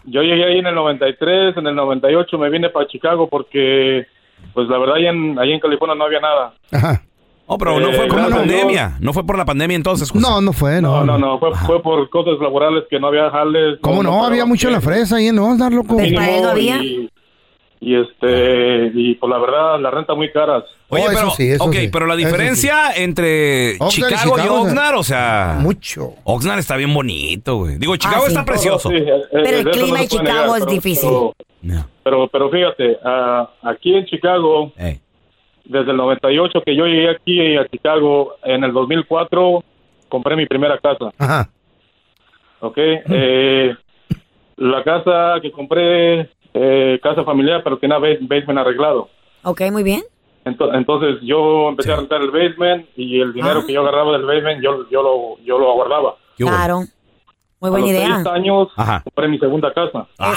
Speaker 14: Yo llegué ahí en el 93, en el 98 me vine para Chicago porque, pues la verdad, ahí en, ahí en California no había nada.
Speaker 4: Oh, pero no
Speaker 14: Eh,
Speaker 4: fue por la
Speaker 14: gracias a Dios.
Speaker 4: pandemia. No fue por la pandemia entonces. José.
Speaker 6: No, no fue, no.
Speaker 14: No, no, no, fue, fue por cosas laborales que no había jales.
Speaker 6: ¿Cómo no? Había mucho la fresa ahí en Osnar, loco.
Speaker 14: mínimo Y, y este, y pues la verdad, la renta muy caras.
Speaker 4: Oye,
Speaker 6: Oh,
Speaker 4: pero, ok, pero la
Speaker 14: Eso
Speaker 4: diferencia entre
Speaker 14: Oxnard y
Speaker 4: Chicago y
Speaker 14: Chicago, o sea,
Speaker 4: Oxnard, o sea...
Speaker 6: Mucho. Ah,
Speaker 4: Oxnard está bien bonito, güey. Digo, Chicago
Speaker 14: sí.
Speaker 4: está precioso.
Speaker 14: Sí, eh, eh,
Speaker 5: Ah, Pero el
Speaker 14: de eso
Speaker 5: clima
Speaker 14: no
Speaker 5: en
Speaker 14: se puede
Speaker 5: Chicago es
Speaker 14: pero-
Speaker 5: difícil.
Speaker 14: Pero, pero, pero fíjate, ah, aquí en Chicago, desde el 98 que yo llegué aquí a Chicago, en el 2004 compré mi primera casa.
Speaker 6: Ajá.
Speaker 14: ¿ok? Eh, la casa que compré, eh, casa familiar, pero tenía ba- basement arreglado.
Speaker 5: Ok, muy bien.
Speaker 14: Ento- Entonces yo empecé a rentar el basement y el
Speaker 5: Ah.
Speaker 14: dinero que yo agarraba del basement yo, yo, lo, yo lo guardaba.
Speaker 5: Claro. Muy buena
Speaker 14: a los
Speaker 5: idea.
Speaker 14: seis años compré mi segunda casa.
Speaker 5: Oh.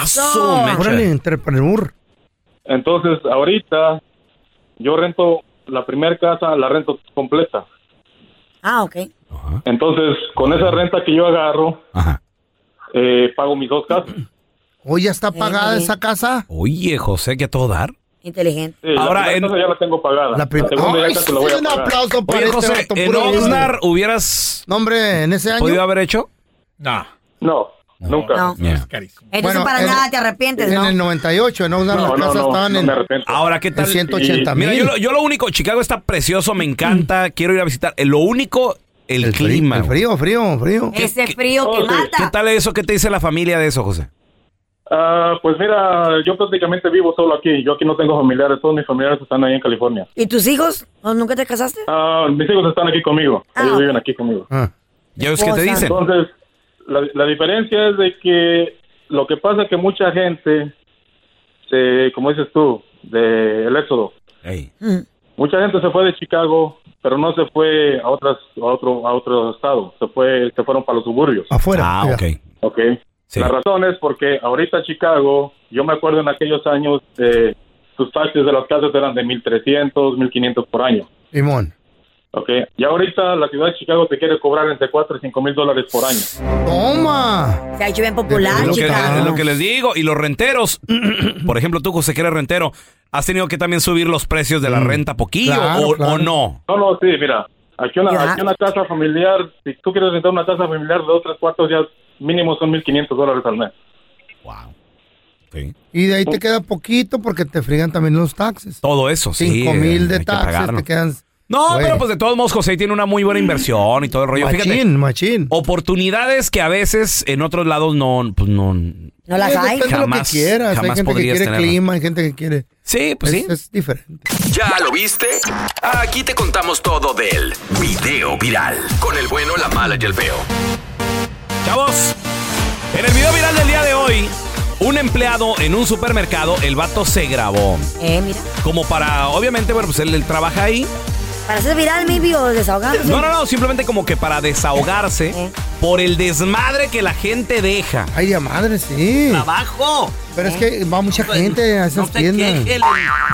Speaker 6: Órale, entrepreneur.
Speaker 14: Entonces ahorita yo rento la primera casa, la rento completa.
Speaker 5: Ah, ok.
Speaker 14: Entonces con esa renta que yo agarro, eh, pago mis dos casas.
Speaker 6: Oye, está pagada esa casa.
Speaker 4: Oye, José, ¿qué a todo dar?
Speaker 5: Inteligente.
Speaker 14: Sí, Eh, la primera casa ya la tengo pagada. La,
Speaker 6: prim-
Speaker 14: segunda
Speaker 6: Ay,
Speaker 14: ya casi la voy a
Speaker 6: un
Speaker 14: pagar.
Speaker 6: aplauso para
Speaker 4: Oye,
Speaker 6: este
Speaker 4: José,
Speaker 6: vato,
Speaker 4: ¿en
Speaker 6: puro
Speaker 4: Oxnard
Speaker 6: hombre.
Speaker 4: hubieras
Speaker 6: No, hombre, en ese año.
Speaker 4: podido haber hecho? No.
Speaker 14: No, nunca.
Speaker 5: No.
Speaker 4: Yeah.
Speaker 5: Entonces
Speaker 6: Bueno,
Speaker 5: para
Speaker 6: en-
Speaker 5: nada te arrepientes,
Speaker 6: En
Speaker 5: ¿no?
Speaker 6: el 98, en Oxnard
Speaker 4: No,
Speaker 6: las
Speaker 4: no,
Speaker 6: casas
Speaker 4: no,
Speaker 6: estaban
Speaker 4: no
Speaker 6: en...
Speaker 4: me Ahora, ¿qué tal?
Speaker 6: De 180
Speaker 4: Mira,
Speaker 6: mil. Mm.
Speaker 4: yo lo, yo lo único, Chicago está precioso, me encanta, quiero ir a visitar. Eh, Lo único, el, clima.
Speaker 6: el frío, frío, frío.
Speaker 5: Ese frío que mata.
Speaker 4: ¿Qué tal eso? ¿Qué te dice la familia de eso, José?
Speaker 14: Ah, pues mira, yo prácticamente vivo solo aquí. Yo aquí no tengo familiares. Todos mis familiares están ahí en California.
Speaker 5: ¿Y tus hijos? ¿No- ¿Nunca te casaste?
Speaker 14: Ah, mis hijos están aquí conmigo. Ellos viven aquí conmigo.
Speaker 4: Ah. ¿Ya ves qué te dicen?
Speaker 14: Entonces, la, la diferencia es de que lo que pasa es que mucha gente, se, como dices tú, del éxodo, mucha gente se fue de Chicago, pero no se fue a, otras, a, otro, a otro estado. Se, fue, se fueron para los suburbios.
Speaker 6: Afuera.
Speaker 4: Ah, ok.
Speaker 14: Ok. La razón es porque ahorita Chicago, yo me acuerdo en aquellos años, eh, sus taxes de las casas eran de 1.300, 1.500 por año.
Speaker 6: Simón.
Speaker 14: Ok. Y ahorita la ciudad de Chicago te quiere cobrar entre 4 y 5 mil dólares por año.
Speaker 6: ¡Toma!
Speaker 5: Se ha hecho bien popular,
Speaker 4: Es lo, que,
Speaker 5: chica.
Speaker 4: es lo que les digo. Y los renteros, por ejemplo, tú, José, que eres rentero, ¿has tenido que también subir los precios de la renta poquillo
Speaker 14: Claro,
Speaker 4: o,
Speaker 14: claro.
Speaker 4: o no?
Speaker 14: No, no, sí, mira. Aquí una,
Speaker 4: Ya.
Speaker 14: aquí una casa familiar, si tú quieres rentar una casa familiar de dos, tres cuartos, ya mínimo son 1.500 dólares al mes.
Speaker 6: Y de ahí te queda poquito porque te frigan también los taxes.
Speaker 4: Todo eso, sí.
Speaker 6: Cinco mil de
Speaker 4: hay que
Speaker 6: taxes
Speaker 4: pagarlo.
Speaker 6: te quedan...
Speaker 4: No,
Speaker 6: Güey.
Speaker 4: pero pues de todos modos, José tiene una muy buena inversión y todo el rollo. Fíjate,
Speaker 6: Machín, machín.
Speaker 4: oportunidades que a veces en otros lados no, pues no.
Speaker 5: No las
Speaker 6: Eh,
Speaker 5: hay.
Speaker 6: Depende de lo
Speaker 4: Jamás-
Speaker 6: que quieras. Hay
Speaker 4: jamás
Speaker 6: gente que
Speaker 4: podrías
Speaker 6: quiere
Speaker 4: tenerla.
Speaker 6: clima, hay gente que quiere...
Speaker 4: Sí, pues
Speaker 6: sí. Es diferente.
Speaker 15: ¿Ya lo viste? Aquí te contamos todo del video viral. Con el bueno, la mala y el feo.
Speaker 4: Chavos, en el video viral del día de hoy, un empleado en un supermercado, el vato se grabó.
Speaker 5: Eh, mira.
Speaker 4: Como para, obviamente, bueno, pues él, él trabaja ahí.
Speaker 5: Para ser viral, maybe, o desahogándose.
Speaker 4: No, no, no, simplemente como que para
Speaker 5: Eh,
Speaker 4: desahogarse por el desmadre que la gente deja.
Speaker 6: Ay, de madre, sí.
Speaker 4: ¡Trabajo!
Speaker 6: Pero es que va mucha gente a esas tiendas.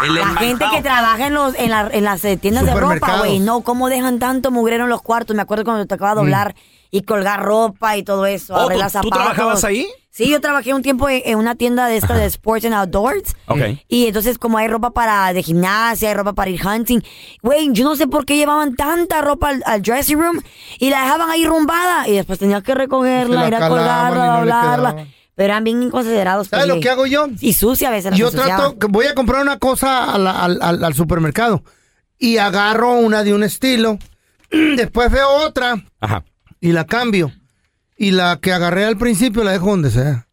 Speaker 5: La gente que trabaja en, los, en, la- en las eh, tiendas de ropa,
Speaker 6: Supermercados. Mm.
Speaker 5: güey. No, cómo dejan tanto mugrero en los cuartos. Me acuerdo cuando me tocaba doblar y colgar ropa y todo eso.
Speaker 4: Oh,
Speaker 5: arreglar
Speaker 4: ¿tú- tú
Speaker 5: zapatos.
Speaker 4: trabajabas ahí?
Speaker 5: Sí, yo trabajé un tiempo en, en una tienda de esta de Sports and Outdoors.
Speaker 4: Ok.
Speaker 5: Y entonces, como hay ropa para de gimnasia, hay ropa para ir hunting. Güey, yo no sé por qué llevaban tanta ropa al, al dressing room y la dejaban ahí rumbada. Y después tenías que recogerla,
Speaker 6: Se la
Speaker 5: ir a
Speaker 6: calaban y
Speaker 5: colgarla,
Speaker 6: no le
Speaker 5: doblarla.
Speaker 6: quedaba.
Speaker 5: Pero eran bien inconsiderados. pues,
Speaker 6: ¿Sabes lo que hago yo?
Speaker 5: Y sucia a veces. la
Speaker 6: Yo
Speaker 5: que ensuciaba.
Speaker 6: trato, que voy a comprar una cosa al, al- al- al supermercado y agarro una de un estilo, después veo otra
Speaker 4: Ajá.
Speaker 6: y la cambio. Y la que agarré al principio la dejo donde sea.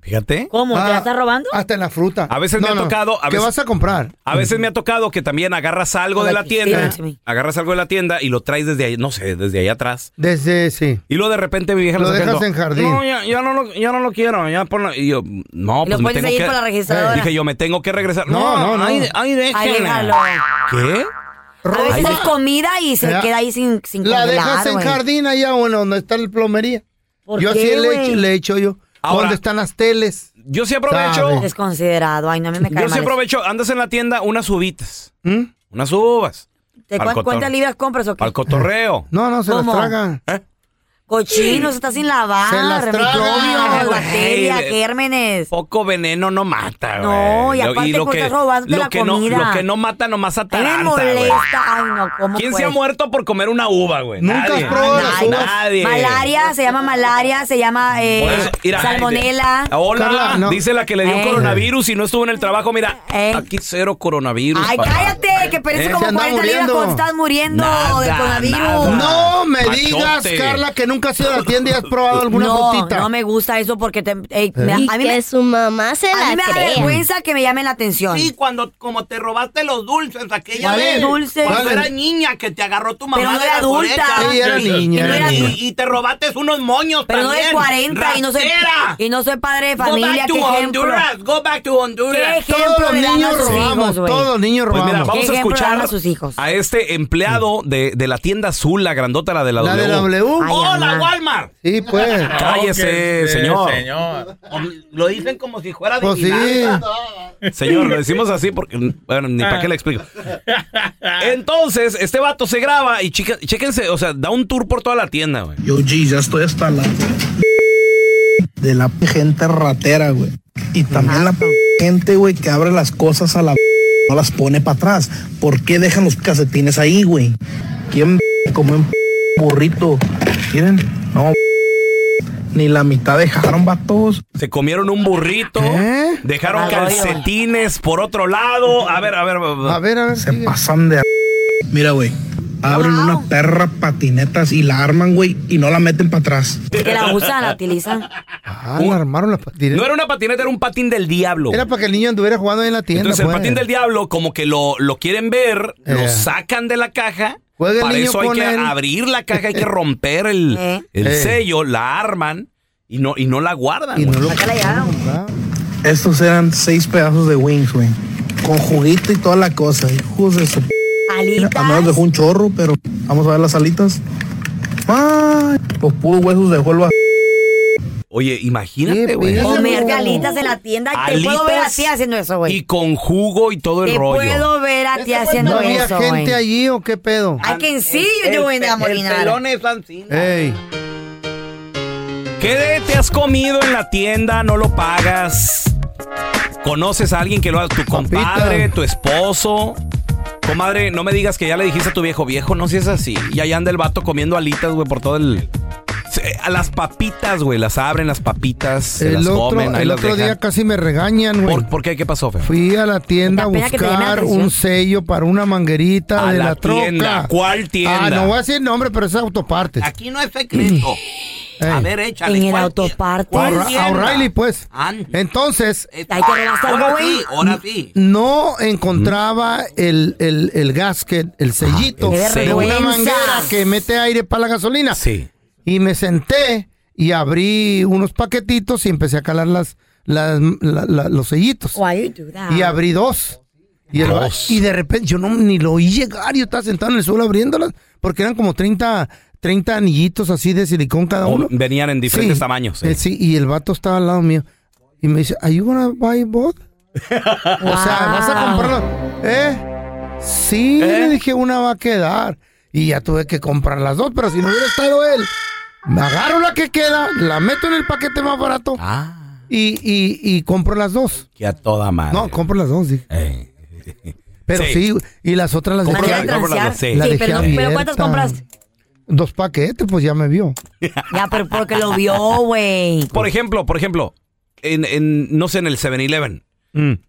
Speaker 4: Fíjate.
Speaker 5: ¿Cómo? ¿Te
Speaker 6: Ah,
Speaker 5: la estás robando?
Speaker 6: Hasta en la fruta.
Speaker 4: A veces me ha tocado, a
Speaker 6: ¿Qué
Speaker 4: veces-
Speaker 6: vas a comprar?
Speaker 4: A veces me ha tocado que también agarras algo de la tienda, agarras algo de la tienda y lo traes desde ahí, no sé, desde ahí atrás.
Speaker 6: Desde, sí.
Speaker 4: Y luego de repente mi vieja
Speaker 6: Lo
Speaker 4: lo está
Speaker 6: dejas en
Speaker 4: haciendo,
Speaker 6: jardín.
Speaker 4: No, ya, ya no lo, ya no lo quiero, ya ponlo. Y yo, no,
Speaker 5: Y lo
Speaker 4: pues me
Speaker 5: pones
Speaker 4: tengo
Speaker 5: ahí
Speaker 4: que...
Speaker 5: por la registradora.
Speaker 4: Dije yo, me tengo que regresar.
Speaker 5: No, no, no.
Speaker 4: Ay, ay,
Speaker 5: Ay,
Speaker 4: déjenme.
Speaker 5: déjalo.
Speaker 4: ¿Qué?
Speaker 5: A veces
Speaker 4: Ay,
Speaker 5: es comida y se
Speaker 6: Ya.
Speaker 5: queda ahí sin, sin
Speaker 6: La
Speaker 5: congelar,
Speaker 6: dejas en
Speaker 5: güey.
Speaker 6: jardín allá, bueno, donde está la plomería.
Speaker 5: ¿Por
Speaker 6: yo
Speaker 5: qué,
Speaker 6: así le
Speaker 5: güey?
Speaker 6: echo, le echo yo.
Speaker 4: Ahora-
Speaker 6: ¿Dónde están las teles?
Speaker 4: Yo sí aprovecho.
Speaker 6: ¿Sabe?
Speaker 5: Desconsiderado. Ay, no, a mí me cae
Speaker 4: Yo sí
Speaker 5: mal eso.
Speaker 4: aprovecho, andas en la tienda unas uvitas.
Speaker 6: ¿Mm?
Speaker 4: Unas uvas.
Speaker 5: ¿Te
Speaker 4: Al
Speaker 5: cuan-
Speaker 4: cotor-
Speaker 5: ¿Cuántas libras compras o qué?
Speaker 4: Al cotorreo. ¿Eh?
Speaker 6: No, no, se las
Speaker 5: ¿Cómo?
Speaker 6: tragan.
Speaker 5: Cochinos, está sin lavar.
Speaker 6: Se las
Speaker 4: tragan,
Speaker 5: microbios,
Speaker 4: güey.
Speaker 5: bacterias,
Speaker 4: Ey,
Speaker 5: gérmenes.
Speaker 4: Poco veneno no mata, güey.
Speaker 5: No, y
Speaker 4: Lo-
Speaker 5: aparte
Speaker 4: lo
Speaker 5: pues,
Speaker 4: que,
Speaker 5: estás robándote
Speaker 4: lo
Speaker 5: la
Speaker 4: que no,
Speaker 5: comida.
Speaker 4: Lo que no mata nomás
Speaker 5: A mí me
Speaker 4: ataranta, güey.
Speaker 5: molesta. Ay, no, ¿cómo
Speaker 4: ¿Quién se
Speaker 5: puede?
Speaker 4: ha muerto por comer una uva, güey?
Speaker 6: Nunca
Speaker 4: Nadie.
Speaker 6: has probado las
Speaker 4: Nadie.
Speaker 6: uvas.
Speaker 4: Nadie.
Speaker 5: Malaria, se llama malaria, se llama eh,
Speaker 4: Por eso, mira,
Speaker 5: salmonela. Eh.
Speaker 4: ay, de- Hola,
Speaker 6: Carla, no.
Speaker 4: dice la que le dio
Speaker 5: Ey.
Speaker 4: coronavirus y no estuvo en el trabajo. Mira, aquí cero coronavirus.
Speaker 5: Eh. Ay,
Speaker 4: papá.
Speaker 5: cállate, que
Speaker 4: Eh,
Speaker 5: parece
Speaker 4: se
Speaker 5: como
Speaker 4: anda
Speaker 5: 40 libras
Speaker 4: muriendo.
Speaker 5: cuando estás muriendo
Speaker 4: Nada,
Speaker 5: del coronavirus.
Speaker 4: nada.
Speaker 6: No me
Speaker 4: Machote.
Speaker 6: digas, Carla, que nunca has ido a la tienda y has probado alguna ¿Eh?
Speaker 5: no,
Speaker 6: frutita.
Speaker 5: No me gusta eso porque te, ey, me-
Speaker 6: Y
Speaker 5: a mí me,
Speaker 8: su mamá se
Speaker 5: a mí me da vergüenza que me llamen la atención.
Speaker 4: Sí, cuando como te robaste los dulces aquella
Speaker 5: ¿Cuáles
Speaker 4: vez.
Speaker 5: dulces?
Speaker 4: Cuando
Speaker 5: ¿Cuáles?
Speaker 4: eras niña que te agarró tu mamá
Speaker 5: Pero no
Speaker 4: de
Speaker 5: era
Speaker 4: las
Speaker 5: adulta.
Speaker 4: orejas.
Speaker 5: Sí, era
Speaker 4: Y-
Speaker 5: niña,
Speaker 4: y no
Speaker 5: era
Speaker 4: era-
Speaker 5: niña.
Speaker 4: Y, y te robaste unos moños
Speaker 5: Pero no de
Speaker 4: también.
Speaker 5: 40 y no soy
Speaker 4: Ratera.
Speaker 5: y no soy padre de familia,
Speaker 4: Go back to
Speaker 5: qué ejemplo.
Speaker 4: Honduras. Go back to Honduras.
Speaker 5: ¿Qué ejemplo Todos los le dan a niños sus robamos, hijos, güey? todos los niños
Speaker 4: Pues mira,
Speaker 5: robamos.
Speaker 4: vamos
Speaker 5: ¿Qué
Speaker 4: a
Speaker 5: ejemplo le dan
Speaker 4: escuchar
Speaker 5: a sus hijos?
Speaker 4: a este empleado
Speaker 5: Mm.
Speaker 4: de, de la tienda azul, la grandota, la de la
Speaker 6: ¿La
Speaker 4: W.
Speaker 6: de la W? Ay,
Speaker 4: ¡Hola,
Speaker 6: ajá.
Speaker 4: Walmart!
Speaker 6: Sí, pues.
Speaker 4: Cállese,
Speaker 6: Ok, sí,
Speaker 4: señor.
Speaker 6: señor.
Speaker 4: Lo dicen como si fuera
Speaker 6: Pues sí.
Speaker 4: Señor, lo decimos así porque. Bueno, ni para qué le explico. Entonces, este vato se graba y chica, chéquense, o sea, da un tour por toda la tienda, güey.
Speaker 16: Yo, G, ya estoy hasta la de la gente ratera, güey. Y también la gente, güey, que abre las cosas a la no las pone para atrás. ¿Por qué dejan los casetines ahí, güey? ¿Quién como un burrito? ¿Quieren? No. Ni la mitad dejaron, vatos.
Speaker 4: Se comieron un burrito,
Speaker 6: ¿Eh? Ah,
Speaker 4: dejaron calcetines por otro lado. A ver, a ver. A
Speaker 6: ver, a ver.
Speaker 16: Se pasan de. Mira, güey. Abren una perra patinetas y la arman, güey, y no la meten para atrás.
Speaker 5: Que la usan, la utilizan.
Speaker 6: Ah, la armaron la patineta.
Speaker 4: No era una patineta, era un patín del diablo.
Speaker 6: Era para que el niño anduviera jugando ahí en la tienda.
Speaker 4: Entonces el
Speaker 6: pues.
Speaker 4: patín del diablo, como que lo, lo quieren ver, lo
Speaker 6: Eh.
Speaker 4: sacan de la caja.
Speaker 6: Juega el
Speaker 4: Para
Speaker 6: niño
Speaker 4: eso hay
Speaker 6: con
Speaker 4: que
Speaker 6: él.
Speaker 4: abrir la caja, hay que romper el,
Speaker 6: Eh.
Speaker 4: el
Speaker 6: Eh.
Speaker 4: sello, la arman y no, y no la guardan. güey.
Speaker 16: Estos eran seis pedazos de wings, güey. Con juguito y toda la cosa. Hijos de su p- A menos dejó un chorro, pero vamos a ver las alitas. Ay, pues puros huesos dejó el va-
Speaker 4: Oye, imagínate, güey.
Speaker 5: Comer galitas en la tienda. Te puedo ver
Speaker 4: Alitas
Speaker 5: así haciendo eso, güey.
Speaker 4: Y con jugo y todo el
Speaker 5: Te
Speaker 4: rollo.
Speaker 5: puedo ver a ti
Speaker 6: ¿No
Speaker 5: haciendo
Speaker 6: había
Speaker 5: eso,
Speaker 6: gente
Speaker 5: güey.
Speaker 6: allí o qué pedo?
Speaker 5: I can see you doing that, Molinar.
Speaker 6: Ey.
Speaker 4: ¿Qué te has comido en la tienda? No lo pagas. ¿Conoces a alguien que lo haga? ¿Tu compadre? ¿Tu esposo? Comadre, no me digas que ya le dijiste a tu viejo viejo, no si es así. Y ahí anda el vato comiendo alitas, güey, por todo el. Se- A las papitas, güey, las abren las papitas, se las
Speaker 6: El otro,
Speaker 4: comen, ahí
Speaker 6: el
Speaker 4: las
Speaker 6: otro
Speaker 4: dejan.
Speaker 6: día casi me regañan, güey.
Speaker 4: ¿Por, por qué? ¿Qué pasó, feo?
Speaker 6: Fui a la tienda a
Speaker 4: Da pena que te llamen la
Speaker 6: buscar
Speaker 4: atención.
Speaker 6: un sello para una manguerita
Speaker 4: A
Speaker 6: de la,
Speaker 4: la tienda.
Speaker 6: troca.
Speaker 4: ¿Cuál tienda?
Speaker 6: Ah, no voy a decir nombre, pero es autopartes.
Speaker 4: Aquí no es secreto. A ver, échale.
Speaker 5: En el
Speaker 4: ¿cuál-
Speaker 5: autoparte.
Speaker 4: cuál
Speaker 6: O'Re-
Speaker 4: tienda?
Speaker 6: A O'Reilly, pues. Entonces.
Speaker 4: Hay que robarse algo, Ahora sí, güey. ahora sí.
Speaker 6: No encontraba el, el, el gasket, el sellito
Speaker 4: el
Speaker 6: de
Speaker 4: sello.
Speaker 6: una
Speaker 4: Vergüenza.
Speaker 6: manguera que mete aire para la gasolina.
Speaker 4: Sí.
Speaker 6: Y me senté y abrí unos paquetitos y empecé a calar las, las- la- la- los sellitos.
Speaker 5: Why you do that?
Speaker 6: Y abrí dos. Y, el va- y de repente yo no ni lo oí llegar, yo estaba sentado en el suelo abriéndolas, porque eran como 30, 30 anillitos así de silicón cada uno.
Speaker 4: O venían en diferentes
Speaker 6: Sí,
Speaker 4: tamaños.
Speaker 6: eh, sí, y el vato estaba al lado mío. Y me dice, ¿Are you gonna buy both?
Speaker 4: eh.
Speaker 6: O
Speaker 4: Ah,
Speaker 6: sea, vas a comprarlo. ¿Eh? Sí, le dije, una va a quedar. Y ya tuve que comprar las dos, pero si no hubiera estado él, me agarro la que queda, la meto en el paquete más barato
Speaker 4: Ah.
Speaker 6: y, y, y compro las dos.
Speaker 4: Que a toda madre.
Speaker 6: No, compro las dos, dije. Pero sí.
Speaker 4: Ah. Sí.
Speaker 6: y las otras las
Speaker 4: Compro
Speaker 6: dejé,
Speaker 4: las- compro las dos, sí.
Speaker 6: la
Speaker 4: Sí,
Speaker 6: dejé
Speaker 4: pero- pero
Speaker 5: ¿cuántas
Speaker 6: abierta.
Speaker 5: compraste?
Speaker 6: Dos paquetes, pues ya me vio.
Speaker 5: Ya, pero porque lo vio, güey.
Speaker 4: Por ejemplo, por ejemplo, en, en, no sé, en el 7-Eleven.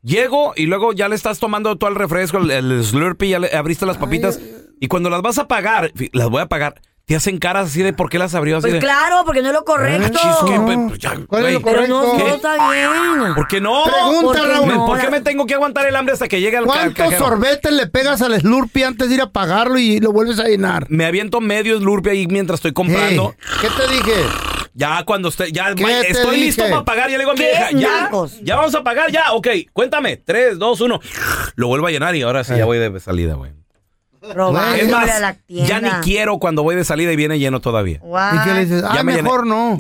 Speaker 4: Llego y luego ya le estás tomando tú al refresco, el, el Slurpee, ya le abriste las papitas. Y cuando las vas a pagar, fi- las voy a pagar, te hacen caras así de por qué las abrió así
Speaker 5: Pues
Speaker 4: de... Eh,
Speaker 5: claro, porque no es lo correcto.
Speaker 4: "Chis, que, pues, pues, ya, güey".
Speaker 5: Pero no,
Speaker 4: ¿Qué?
Speaker 5: no está bien.
Speaker 4: ¿Por qué no?
Speaker 6: Pregunta,
Speaker 4: ¿Por qué
Speaker 6: Raúl.
Speaker 4: no? ¿Por qué me tengo que aguantar el hambre hasta que llegue al ca-
Speaker 6: ¿Cuántos
Speaker 4: cajero?
Speaker 6: sorbetes le pegas al Slurpee antes de ir a pagarlo y lo vuelves a llenar?
Speaker 4: Me aviento medio Slurpee ahí mientras estoy comprando.
Speaker 6: ¿Qué te dije?
Speaker 4: Ya cuando usted, ya
Speaker 6: ¿Qué
Speaker 4: ma-
Speaker 6: te
Speaker 4: estoy
Speaker 6: dije?
Speaker 4: listo para pagar, ya le digo a mi
Speaker 6: ¿Qué
Speaker 4: vieja, ya,
Speaker 6: nacos?
Speaker 4: ya vamos a pagar, ya, ok, cuéntame, 3, 2, 1, lo vuelvo a llenar y ahora sí ya voy de salida, güey.
Speaker 5: Robar,
Speaker 4: Es más,
Speaker 5: ir a la tienda.
Speaker 4: ya ni quiero cuando voy de salida y viene lleno todavía.
Speaker 5: What?
Speaker 6: ¿Y qué le dices?
Speaker 4: Ya
Speaker 6: Ah,
Speaker 4: me llené.
Speaker 6: mejor no.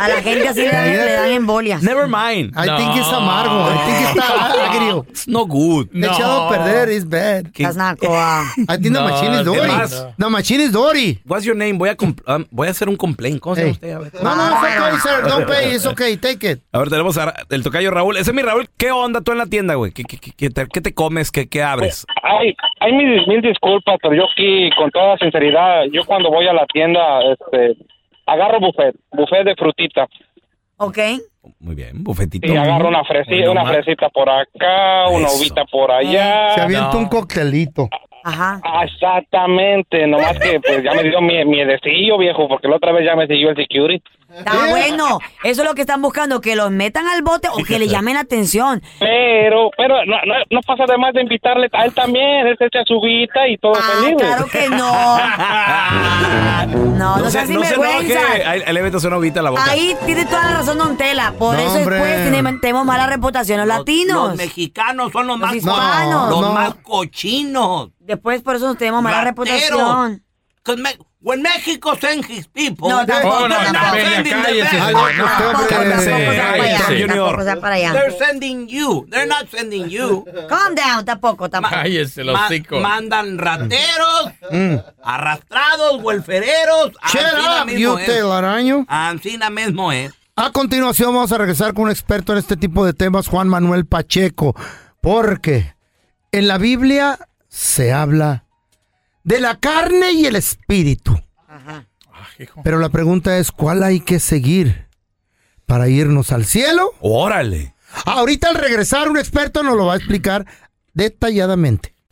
Speaker 5: A la gente así le, dan- le dan embolias.
Speaker 4: Never mind.
Speaker 6: I think it's amargo. I think está agrio.
Speaker 4: It's no good.
Speaker 6: Le he echado a perder. It's bad.
Speaker 4: ¿Qué? That's not
Speaker 5: cool.
Speaker 6: I think the
Speaker 4: No,
Speaker 6: machine is
Speaker 4: ¿qué
Speaker 6: dory.
Speaker 4: más?
Speaker 6: The machine is dory.
Speaker 4: What's your name? Voy a, compl- um, voy a hacer un complaint. ¿Cómo se llama usted?
Speaker 6: Hey.
Speaker 4: A ver.
Speaker 6: No, no, it's okay, sir. Don't pay. It's okay. Take it.
Speaker 4: A ver, tenemos a Ra- el tocayo Raúl. Ese es mi Raúl. ¿Qué onda tú en la tienda, güey? ¿Qué, qué- qué- qué te, qué te comes? ¿Qué, qué abres?
Speaker 8: Ay, hay mil, mil disculpas, pero yo aquí, con toda sinceridad, yo cuando voy a la tienda, este, agarro buffet, buffet de frutita.
Speaker 5: Ok.
Speaker 4: Muy bien, bufetito.
Speaker 8: Y agarro una fresita, una fresita por acá, una
Speaker 6: Eso.
Speaker 8: uvita por allá.
Speaker 6: Ah, Se avienta un coctelito.
Speaker 5: Ajá.
Speaker 8: Exactamente, nomás que pues ya me dio mi miedecillo, viejo, porque la otra vez ya me siguió el security.
Speaker 5: Está bueno. Eso es lo que están buscando, que los metan al bote o que le llamen la atención.
Speaker 8: Pero, pero no, no, no pasa de más de invitarle a él también, él se echa su uvita y todo
Speaker 6: Ah.
Speaker 8: feliz.
Speaker 5: Ah, Claro que no. No, no, seas
Speaker 4: se
Speaker 5: sinvergüenza.
Speaker 4: enoje. Ahí ahí le metes una hojita a la boca.
Speaker 5: Ahí tiene toda la razón Don Tela. Por
Speaker 4: No,
Speaker 5: eso
Speaker 4: hombre.
Speaker 5: después tenemos, tenemos mala reputación los, latinos.
Speaker 4: los mexicanos son los,
Speaker 5: más
Speaker 4: No,
Speaker 5: hispanos.
Speaker 4: los no. más cochinos.
Speaker 5: Después por eso tenemos mala
Speaker 4: Rateros.
Speaker 5: reputación.
Speaker 4: O en México son his people.
Speaker 5: No, tampoco, Oh, No, no, tampoco. no, Amelia, cállese,
Speaker 4: Ah,
Speaker 5: señor. No, Tampoco, usted, hombre. tampoco, tampoco,
Speaker 4: Cállese,
Speaker 5: tampoco,
Speaker 4: Junior.
Speaker 5: tampoco, sea para allá.
Speaker 4: They're sending you. They're not sending you.
Speaker 5: Calm down, tampoco, tampoco.
Speaker 4: Cállese, los hocico. Mandan rateros, arrastrados, golfereros.
Speaker 6: Mm. Shut up, you telaraño.
Speaker 4: Ancina mismo es.
Speaker 6: A continuación vamos a regresar con un experto en este tipo de temas, Juan Manuel Pacheco, porque en la Biblia se habla de la carne y el espíritu. Pero la pregunta es, ¿cuál hay que seguir para irnos al cielo?
Speaker 4: Órale.
Speaker 6: Ahorita al regresar un experto nos lo va a explicar detalladamente.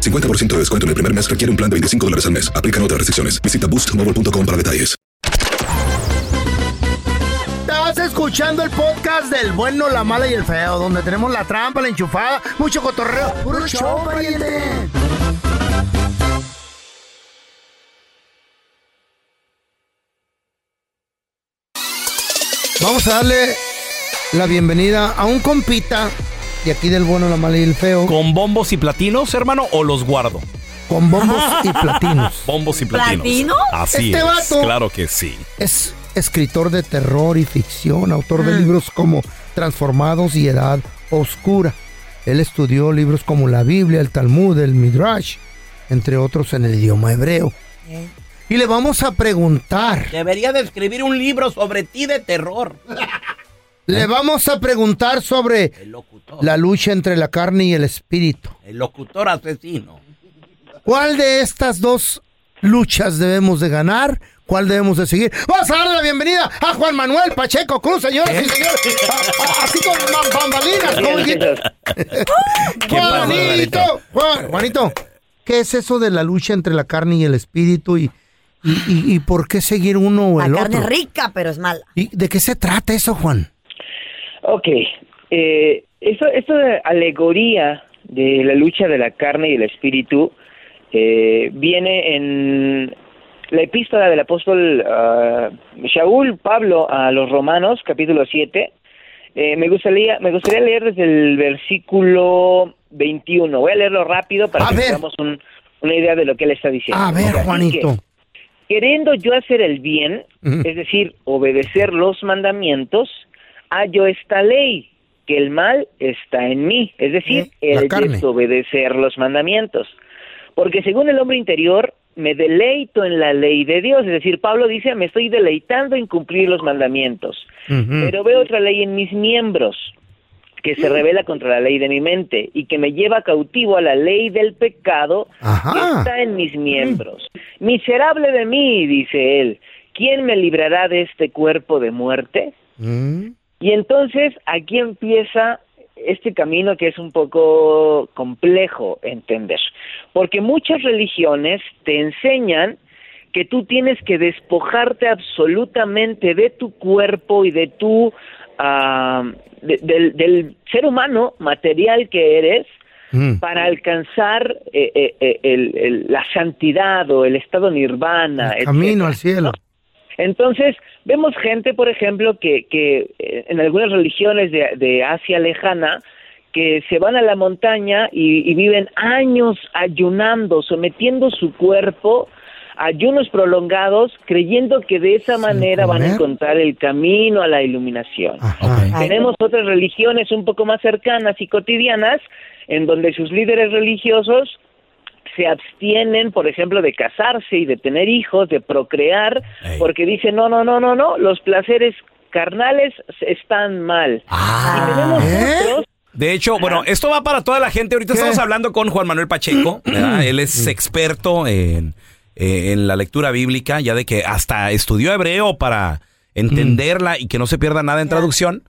Speaker 13: 50% de descuento en el primer mes requiere un plan de 25 dólares al mes. Aplican otras restricciones. Visita boostmobile.com para detalles.
Speaker 6: Estás escuchando el podcast del bueno, la mala y el feo, donde tenemos la trampa, la enchufada, mucho cotorreo. Vamos a darle la bienvenida a un compita de aquí del bueno, la mala y el feo.
Speaker 4: ¿Con bombos y platinos, hermano, o los guardo?
Speaker 6: Con bombos y platinos.
Speaker 4: Bombos y platinos.
Speaker 6: ¿Platino?
Speaker 4: Así
Speaker 6: Este
Speaker 4: es.
Speaker 6: vato.
Speaker 4: Claro que sí.
Speaker 6: Es escritor de terror y ficción, autor de libros como Transformados y Edad Oscura. Él estudió libros como la Biblia, el Talmud, el Midrash, entre otros en el idioma hebreo. Y le vamos a preguntar,
Speaker 17: Debería de escribir un libro sobre ti de terror.
Speaker 4: ¿Eh?
Speaker 6: le vamos a preguntar sobre la lucha entre la carne y el espíritu.
Speaker 17: El locutor asesino.
Speaker 6: ¿Cuál de estas dos luchas debemos de ganar? ¿Cuál debemos de seguir? Vamos a darle la bienvenida a Juan Manuel Pacheco Cruz, señores y señores. A- a- Ah, Así con bam- bambalinas, como dijiste.
Speaker 2: pasa,
Speaker 6: Juanito, Juan- Juanito, ¿qué es eso de la lucha entre la carne y el espíritu y, y, y- y por qué seguir uno o
Speaker 5: La
Speaker 6: el
Speaker 5: carne es
Speaker 6: otro?
Speaker 5: rica, pero es mala.
Speaker 6: ¿Y de qué se trata eso, Juan?
Speaker 18: Ok, eh, eso, esto de alegoría de la lucha de la carne y el espíritu eh, viene en la epístola del apóstol ah, Shaul Pablo a los Romanos, capítulo 7. Eh, me, gustaría, me gustaría leer desde el versículo 21. Voy a leerlo rápido para que tengamos un- una idea de lo que él está diciendo.
Speaker 6: A ver,
Speaker 18: Ok, así
Speaker 6: Juanito.
Speaker 18: queriendo yo hacer el bien,
Speaker 6: Ujú.
Speaker 18: es decir, obedecer los mandamientos, hallo esta ley, que el mal está en mí, es decir,
Speaker 9: la
Speaker 18: el
Speaker 9: carne.
Speaker 18: desobedecer los mandamientos. Porque según el hombre interior, me deleito en la ley de Dios, es decir, Pablo dice, me estoy deleitando en cumplir los mandamientos, pero veo otra ley en mis miembros que se revela contra la ley de mi mente y que me lleva cautivo a la ley del pecado que está en mis miembros. Miserable de mí, dice él, ¿quién me librará de este cuerpo de muerte?
Speaker 6: Mm.
Speaker 18: Y entonces aquí empieza este camino que es un poco complejo entender, porque muchas religiones te enseñan que tú tienes que despojarte absolutamente de tu cuerpo y de tu ah, de- del, del ser humano material que eres para alcanzar eh, eh, eh, el- el- la santidad o el estado nirvana, etcétera.
Speaker 6: Camino al cielo.
Speaker 18: Entonces, vemos gente, por ejemplo, que, que eh, en algunas religiones de, de Asia lejana, que se van a la montaña y, y viven años ayunando, sometiendo su cuerpo a ayunos prolongados, creyendo que de esa manera van a encontrar el camino a la iluminación. Tenemos otras religiones un poco más cercanas y cotidianas, en donde sus líderes religiosos se abstienen, por ejemplo, de casarse y de tener hijos, de procrear, porque dicen, no, no, no, no, no, los placeres carnales están mal.
Speaker 4: Ah. ¿eh? De hecho, bueno, esto va para toda la gente. Ahorita estamos hablando con Juan Manuel Pacheco. ¿verdad? Él es experto en, eh, en la lectura bíblica, ya de que hasta estudió hebreo para entenderla y que no se pierda nada en traducción.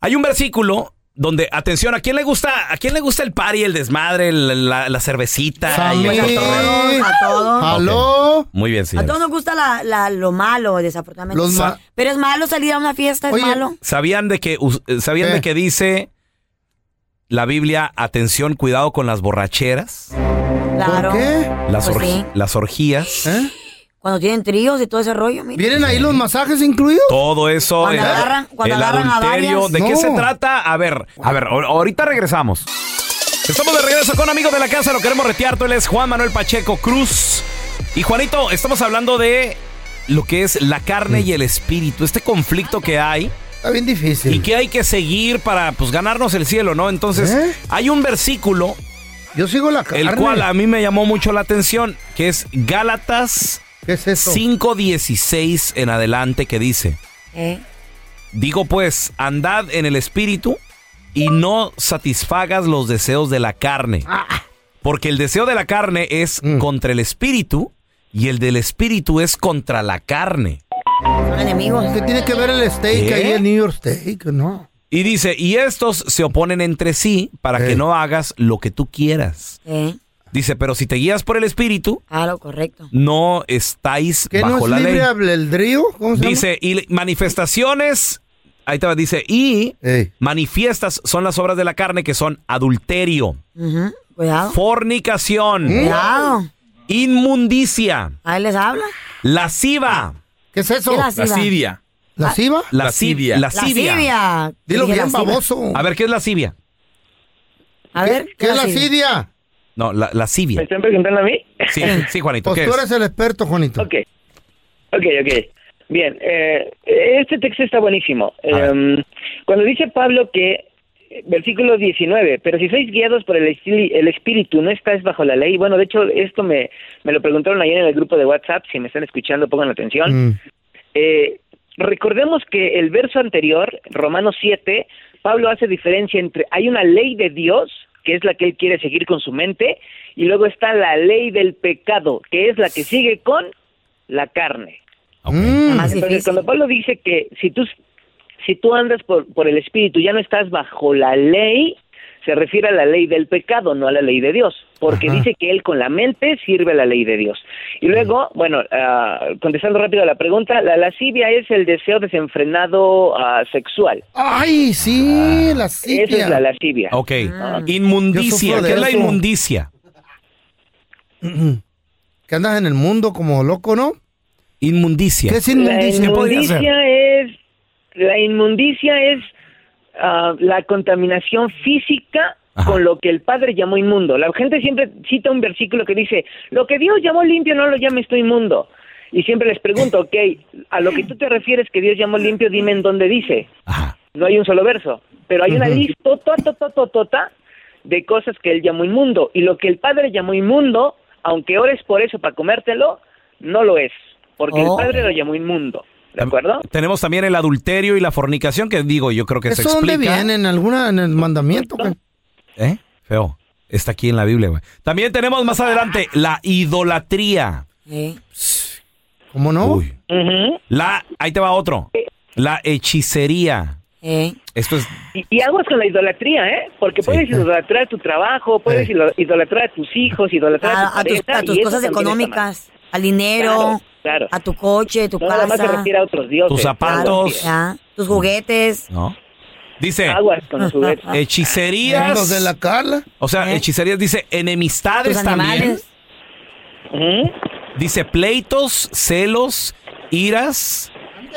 Speaker 4: Hay un versículo donde, atención, ¿a quién le gusta, a quién le gusta el party, el desmadre, el- la, la cervecita? y el
Speaker 5: A
Speaker 4: cotorreo?
Speaker 5: todos, a
Speaker 4: Ah,
Speaker 5: todos.
Speaker 4: ¿Aló? Muy bien,
Speaker 5: A
Speaker 4: señores.
Speaker 5: todos nos gusta la, la- lo malo, desafortunadamente.
Speaker 4: Los ma-
Speaker 5: Pero es malo salir a una fiesta, es malo.
Speaker 4: ¿Sabían de que us- eh, sabían de que dice la Biblia, atención, cuidado con las borracheras,
Speaker 5: Claro.
Speaker 4: las,
Speaker 5: Pues
Speaker 4: orgi-
Speaker 5: sí.
Speaker 4: las orgías?
Speaker 5: Cuando tienen tríos y todo ese rollo, mira.
Speaker 6: ¿Vienen ahí los masajes incluidos?
Speaker 4: Todo eso,
Speaker 5: Cuando
Speaker 4: el,
Speaker 5: agarran- cuando
Speaker 4: el
Speaker 5: agarran a
Speaker 4: adulterio,
Speaker 5: varias.
Speaker 4: ¿de qué
Speaker 5: No.
Speaker 4: se trata? A ver, a ver, ahor- ahorita regresamos. Estamos de regreso con amigos de la casa, lo queremos retear. Tú él es Juan Manuel Pacheco Cruz. Y Juanito, estamos hablando de lo que es la carne y el espíritu, este conflicto que hay.
Speaker 6: Está bien difícil.
Speaker 4: Y que hay que seguir para pues ganarnos el cielo, ¿no? Entonces, hay un versículo.
Speaker 6: ¿Eh? Yo sigo la carne.
Speaker 4: El cual a mí me llamó mucho la atención, que es Gálatas 5.16 en adelante, que dice.
Speaker 5: ¿Eh?
Speaker 4: Digo pues, andad en el espíritu y no satisfagas los deseos de la carne. Porque el deseo de la carne es contra el espíritu y el del espíritu es contra la carne.
Speaker 5: Son enemigos.
Speaker 6: ¿Qué tiene que ver el steak
Speaker 4: ¿Qué?
Speaker 6: ahí en New York Steak? No.
Speaker 4: Y dice, y estos se oponen entre sí para
Speaker 6: Eh.
Speaker 4: que no hagas lo que tú quieras.
Speaker 5: ¿Eh?
Speaker 4: Dice, pero si te guías por el espíritu,
Speaker 5: Claro, correcto.
Speaker 4: no estáis
Speaker 6: ¿Que
Speaker 4: bajo
Speaker 6: no
Speaker 4: la
Speaker 6: es
Speaker 4: ley.
Speaker 6: libre albedrío? ¿Cómo se llama?
Speaker 4: Dice, y le- manifestaciones, ahí te va, dice, y manifiestas son las obras de la carne que son adulterio,
Speaker 5: Ujú, Cuidado.
Speaker 4: fornicación,
Speaker 6: Mm.
Speaker 5: Cuidado.
Speaker 4: inmundicia,
Speaker 5: Ahí les habla.
Speaker 4: lasciva.
Speaker 6: ¿Qué es
Speaker 5: eso? ¿Qué lasciva? Lascivia.
Speaker 6: ¿La ciba?
Speaker 4: La cibia. La
Speaker 5: Lascivia.
Speaker 4: cibia.
Speaker 6: Dilo bien, baboso.
Speaker 4: A ver, ¿qué es la cibia?
Speaker 5: A ver.
Speaker 6: ¿Qué es la cidia?
Speaker 4: No, la, la cibia.
Speaker 6: ¿Me están preguntando a mí?
Speaker 4: Sí, sí, Juanito.
Speaker 6: Pues
Speaker 4: ¿qué
Speaker 6: tú
Speaker 4: es?
Speaker 6: eres el experto, Juanito.
Speaker 18: Ok. Ok, ok. Bien, eh, este texto está buenísimo. Em, cuando dice Pablo que, versículo 19, pero si sois guiados por el, estili- el Espíritu, no estáis bajo la ley. Bueno, de hecho, esto me, me lo preguntaron ayer en el grupo de WhatsApp, si me están escuchando, pongan atención. Eh, recordemos que el verso anterior, Romanos 7, Pablo hace diferencia entre hay una ley de Dios, que es la que él quiere seguir con su mente, y luego está la ley del pecado, que es la que sigue con la carne.
Speaker 6: Mm.
Speaker 18: Entonces, cuando Pablo dice que si tú, si tú andas por, por el Espíritu, ya no estás bajo la ley, se refiere a la ley del pecado, no a la ley de Dios, porque dice que él con la mente sirve a la ley de Dios.
Speaker 6: Mm.
Speaker 18: Y luego, bueno, ah, contestando rápido a la pregunta, la lascivia es el deseo desenfrenado ah, sexual. Ah,
Speaker 6: Ay, sí, la cidia.
Speaker 18: Esa es la lascivia.
Speaker 4: Ok.
Speaker 18: Ah.
Speaker 4: Inmundicia.
Speaker 6: Yo sufro de
Speaker 4: ¿Qué es la
Speaker 6: eso.
Speaker 4: inmundicia?
Speaker 6: Mm. Que andas en el mundo como loco, ¿no?
Speaker 4: Inmundicia.
Speaker 6: ¿Qué es inmundicia?
Speaker 18: La
Speaker 6: ¿Qué podría
Speaker 18: inmundicia es la inmundicia es ah, la contaminación física con lo que el padre llamó inmundo. La gente siempre cita un versículo que dice, lo que Dios llamó limpio no lo llames tú inmundo. Y siempre les pregunto, ok, a lo que tú te refieres que Dios llamó limpio, dime en dónde dice. No hay un solo verso, pero hay una
Speaker 19: Ujú.
Speaker 18: lista de cosas que él llamó inmundo. Y lo que el padre llamó inmundo, aunque ores por eso para comértelo, no lo es, porque
Speaker 4: Oh.
Speaker 18: el padre lo llamó inmundo. ¿De acuerdo?
Speaker 4: Tenemos también el adulterio y la fornicación, que digo, yo creo que se
Speaker 6: ¿Eso
Speaker 4: explica.
Speaker 6: dónde viene? ¿En alguna, en el mandamiento? qué?
Speaker 4: ¿Eh? Feo. Está aquí en la Biblia, güey. También tenemos más adelante la idolatría.
Speaker 6: ¿Cómo no?
Speaker 4: La, ahí te va otro. La hechicería.
Speaker 5: Eh.
Speaker 4: Esto es
Speaker 18: Y, y aguas con la idolatría, ¿eh? Porque puedes idolatrar tu trabajo, puedes ilo- idolatrar a tus hijos, idolatrar a,
Speaker 5: A, a tus,
Speaker 18: tu pareja,
Speaker 5: a tus
Speaker 18: y eso
Speaker 5: cosas
Speaker 18: también está mal.
Speaker 5: económicas, al dinero, a tu coche, tu
Speaker 18: No,
Speaker 5: casa.
Speaker 18: nada más se refiere a otros dioses.
Speaker 4: Tus zapatos.
Speaker 5: Ya, tus juguetes.
Speaker 4: ¿No? Dice.
Speaker 18: Aguas con los juguetes.
Speaker 4: Hechicerías.
Speaker 6: Los de la Carla. ¿Eh?
Speaker 4: O sea, hechicerías dice enemistades
Speaker 5: Tus
Speaker 4: también.
Speaker 5: animales.
Speaker 18: ¿Eh?
Speaker 4: Dice pleitos, celos, iras.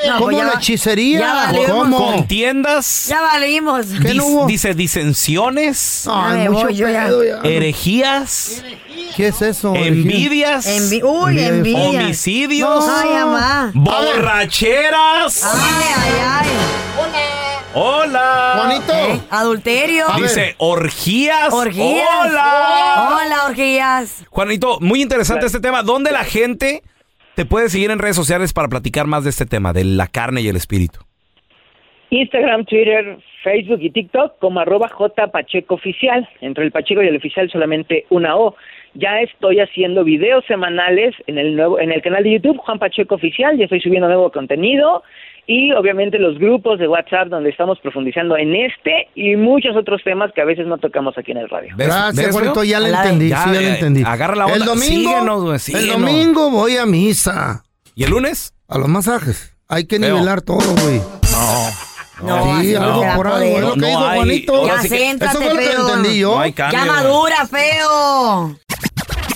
Speaker 5: No, pues ya va- ya valimos.
Speaker 4: Contiendas.
Speaker 5: Ya valimos.
Speaker 4: dis- Dice disensiones.
Speaker 6: Ah,
Speaker 5: Ay, Ya me mucho voy, yo ya. pedo, ya.
Speaker 4: Herejías.
Speaker 6: ¿Qué es eso?
Speaker 4: Envidias.
Speaker 5: Envi- uy, envidias.
Speaker 4: Homicidios.
Speaker 5: No. Ay, mamá.
Speaker 4: Borracheras. Hola.
Speaker 6: Bonito.
Speaker 5: Adulterio.
Speaker 4: Dice orgías.
Speaker 5: Orgías. Oh.
Speaker 4: Hola.
Speaker 5: Hola, orgías.
Speaker 4: Juanito, muy interesante este tema. ¿Dónde la gente te puede seguir en redes sociales para platicar más de este tema, de la carne y el espíritu?
Speaker 18: Instagram, Twitter, Facebook y TikTok como arroba J Pacheco Oficial. Entre el Pacheco y el Oficial solamente una O. Ya estoy haciendo videos semanales en el nuevo, en el canal de YouTube Juan Pacheco Oficial. Ya estoy subiendo nuevo contenido y obviamente los grupos de WhatsApp donde estamos profundizando en este y muchos otros temas que a veces no tocamos aquí en el radio.
Speaker 4: ¿Ves?
Speaker 6: Gracias,
Speaker 4: ¿Ves,
Speaker 6: Juanito,
Speaker 4: feo?
Speaker 6: ya le
Speaker 4: Ya,
Speaker 6: entendí,
Speaker 4: ya,
Speaker 6: sí, ya le
Speaker 4: eh,
Speaker 6: entendí.
Speaker 4: agarra la
Speaker 6: El
Speaker 4: onda,
Speaker 6: domingo,
Speaker 4: síguenos, güey,
Speaker 6: el
Speaker 4: síguenos.
Speaker 6: domingo voy a misa.
Speaker 4: ¿Y el lunes?
Speaker 6: A los masajes. Hay que
Speaker 4: Feo.
Speaker 6: nivelar todo, güey.
Speaker 4: No.
Speaker 6: No, Sí, así no algo se va por a algo, poder. es lo que dijo
Speaker 4: hay-
Speaker 6: Juanito.
Speaker 4: ahora
Speaker 6: Ya
Speaker 4: sí que-
Speaker 6: céntrate, Eso fue lo que feo. entendí yo.
Speaker 4: No hay cambio,
Speaker 5: ya
Speaker 4: güey.
Speaker 5: madura, feo.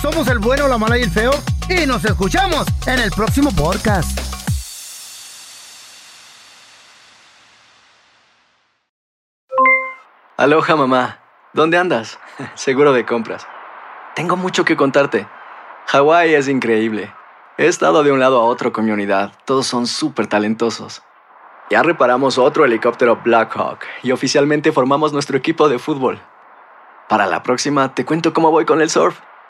Speaker 6: Somos el bueno, la mala y el feo. Y nos escuchamos en el próximo podcast.
Speaker 20: Aloha mamá, ¿dónde andas? Seguro de compras. Tengo mucho que contarte. Hawái es increíble. He estado de un lado a otro con mi unidad. Todos son súper talentosos. Ya reparamos otro helicóptero Blackhawk y oficialmente formamos nuestro equipo de fútbol. Para la próxima te cuento cómo voy con el surf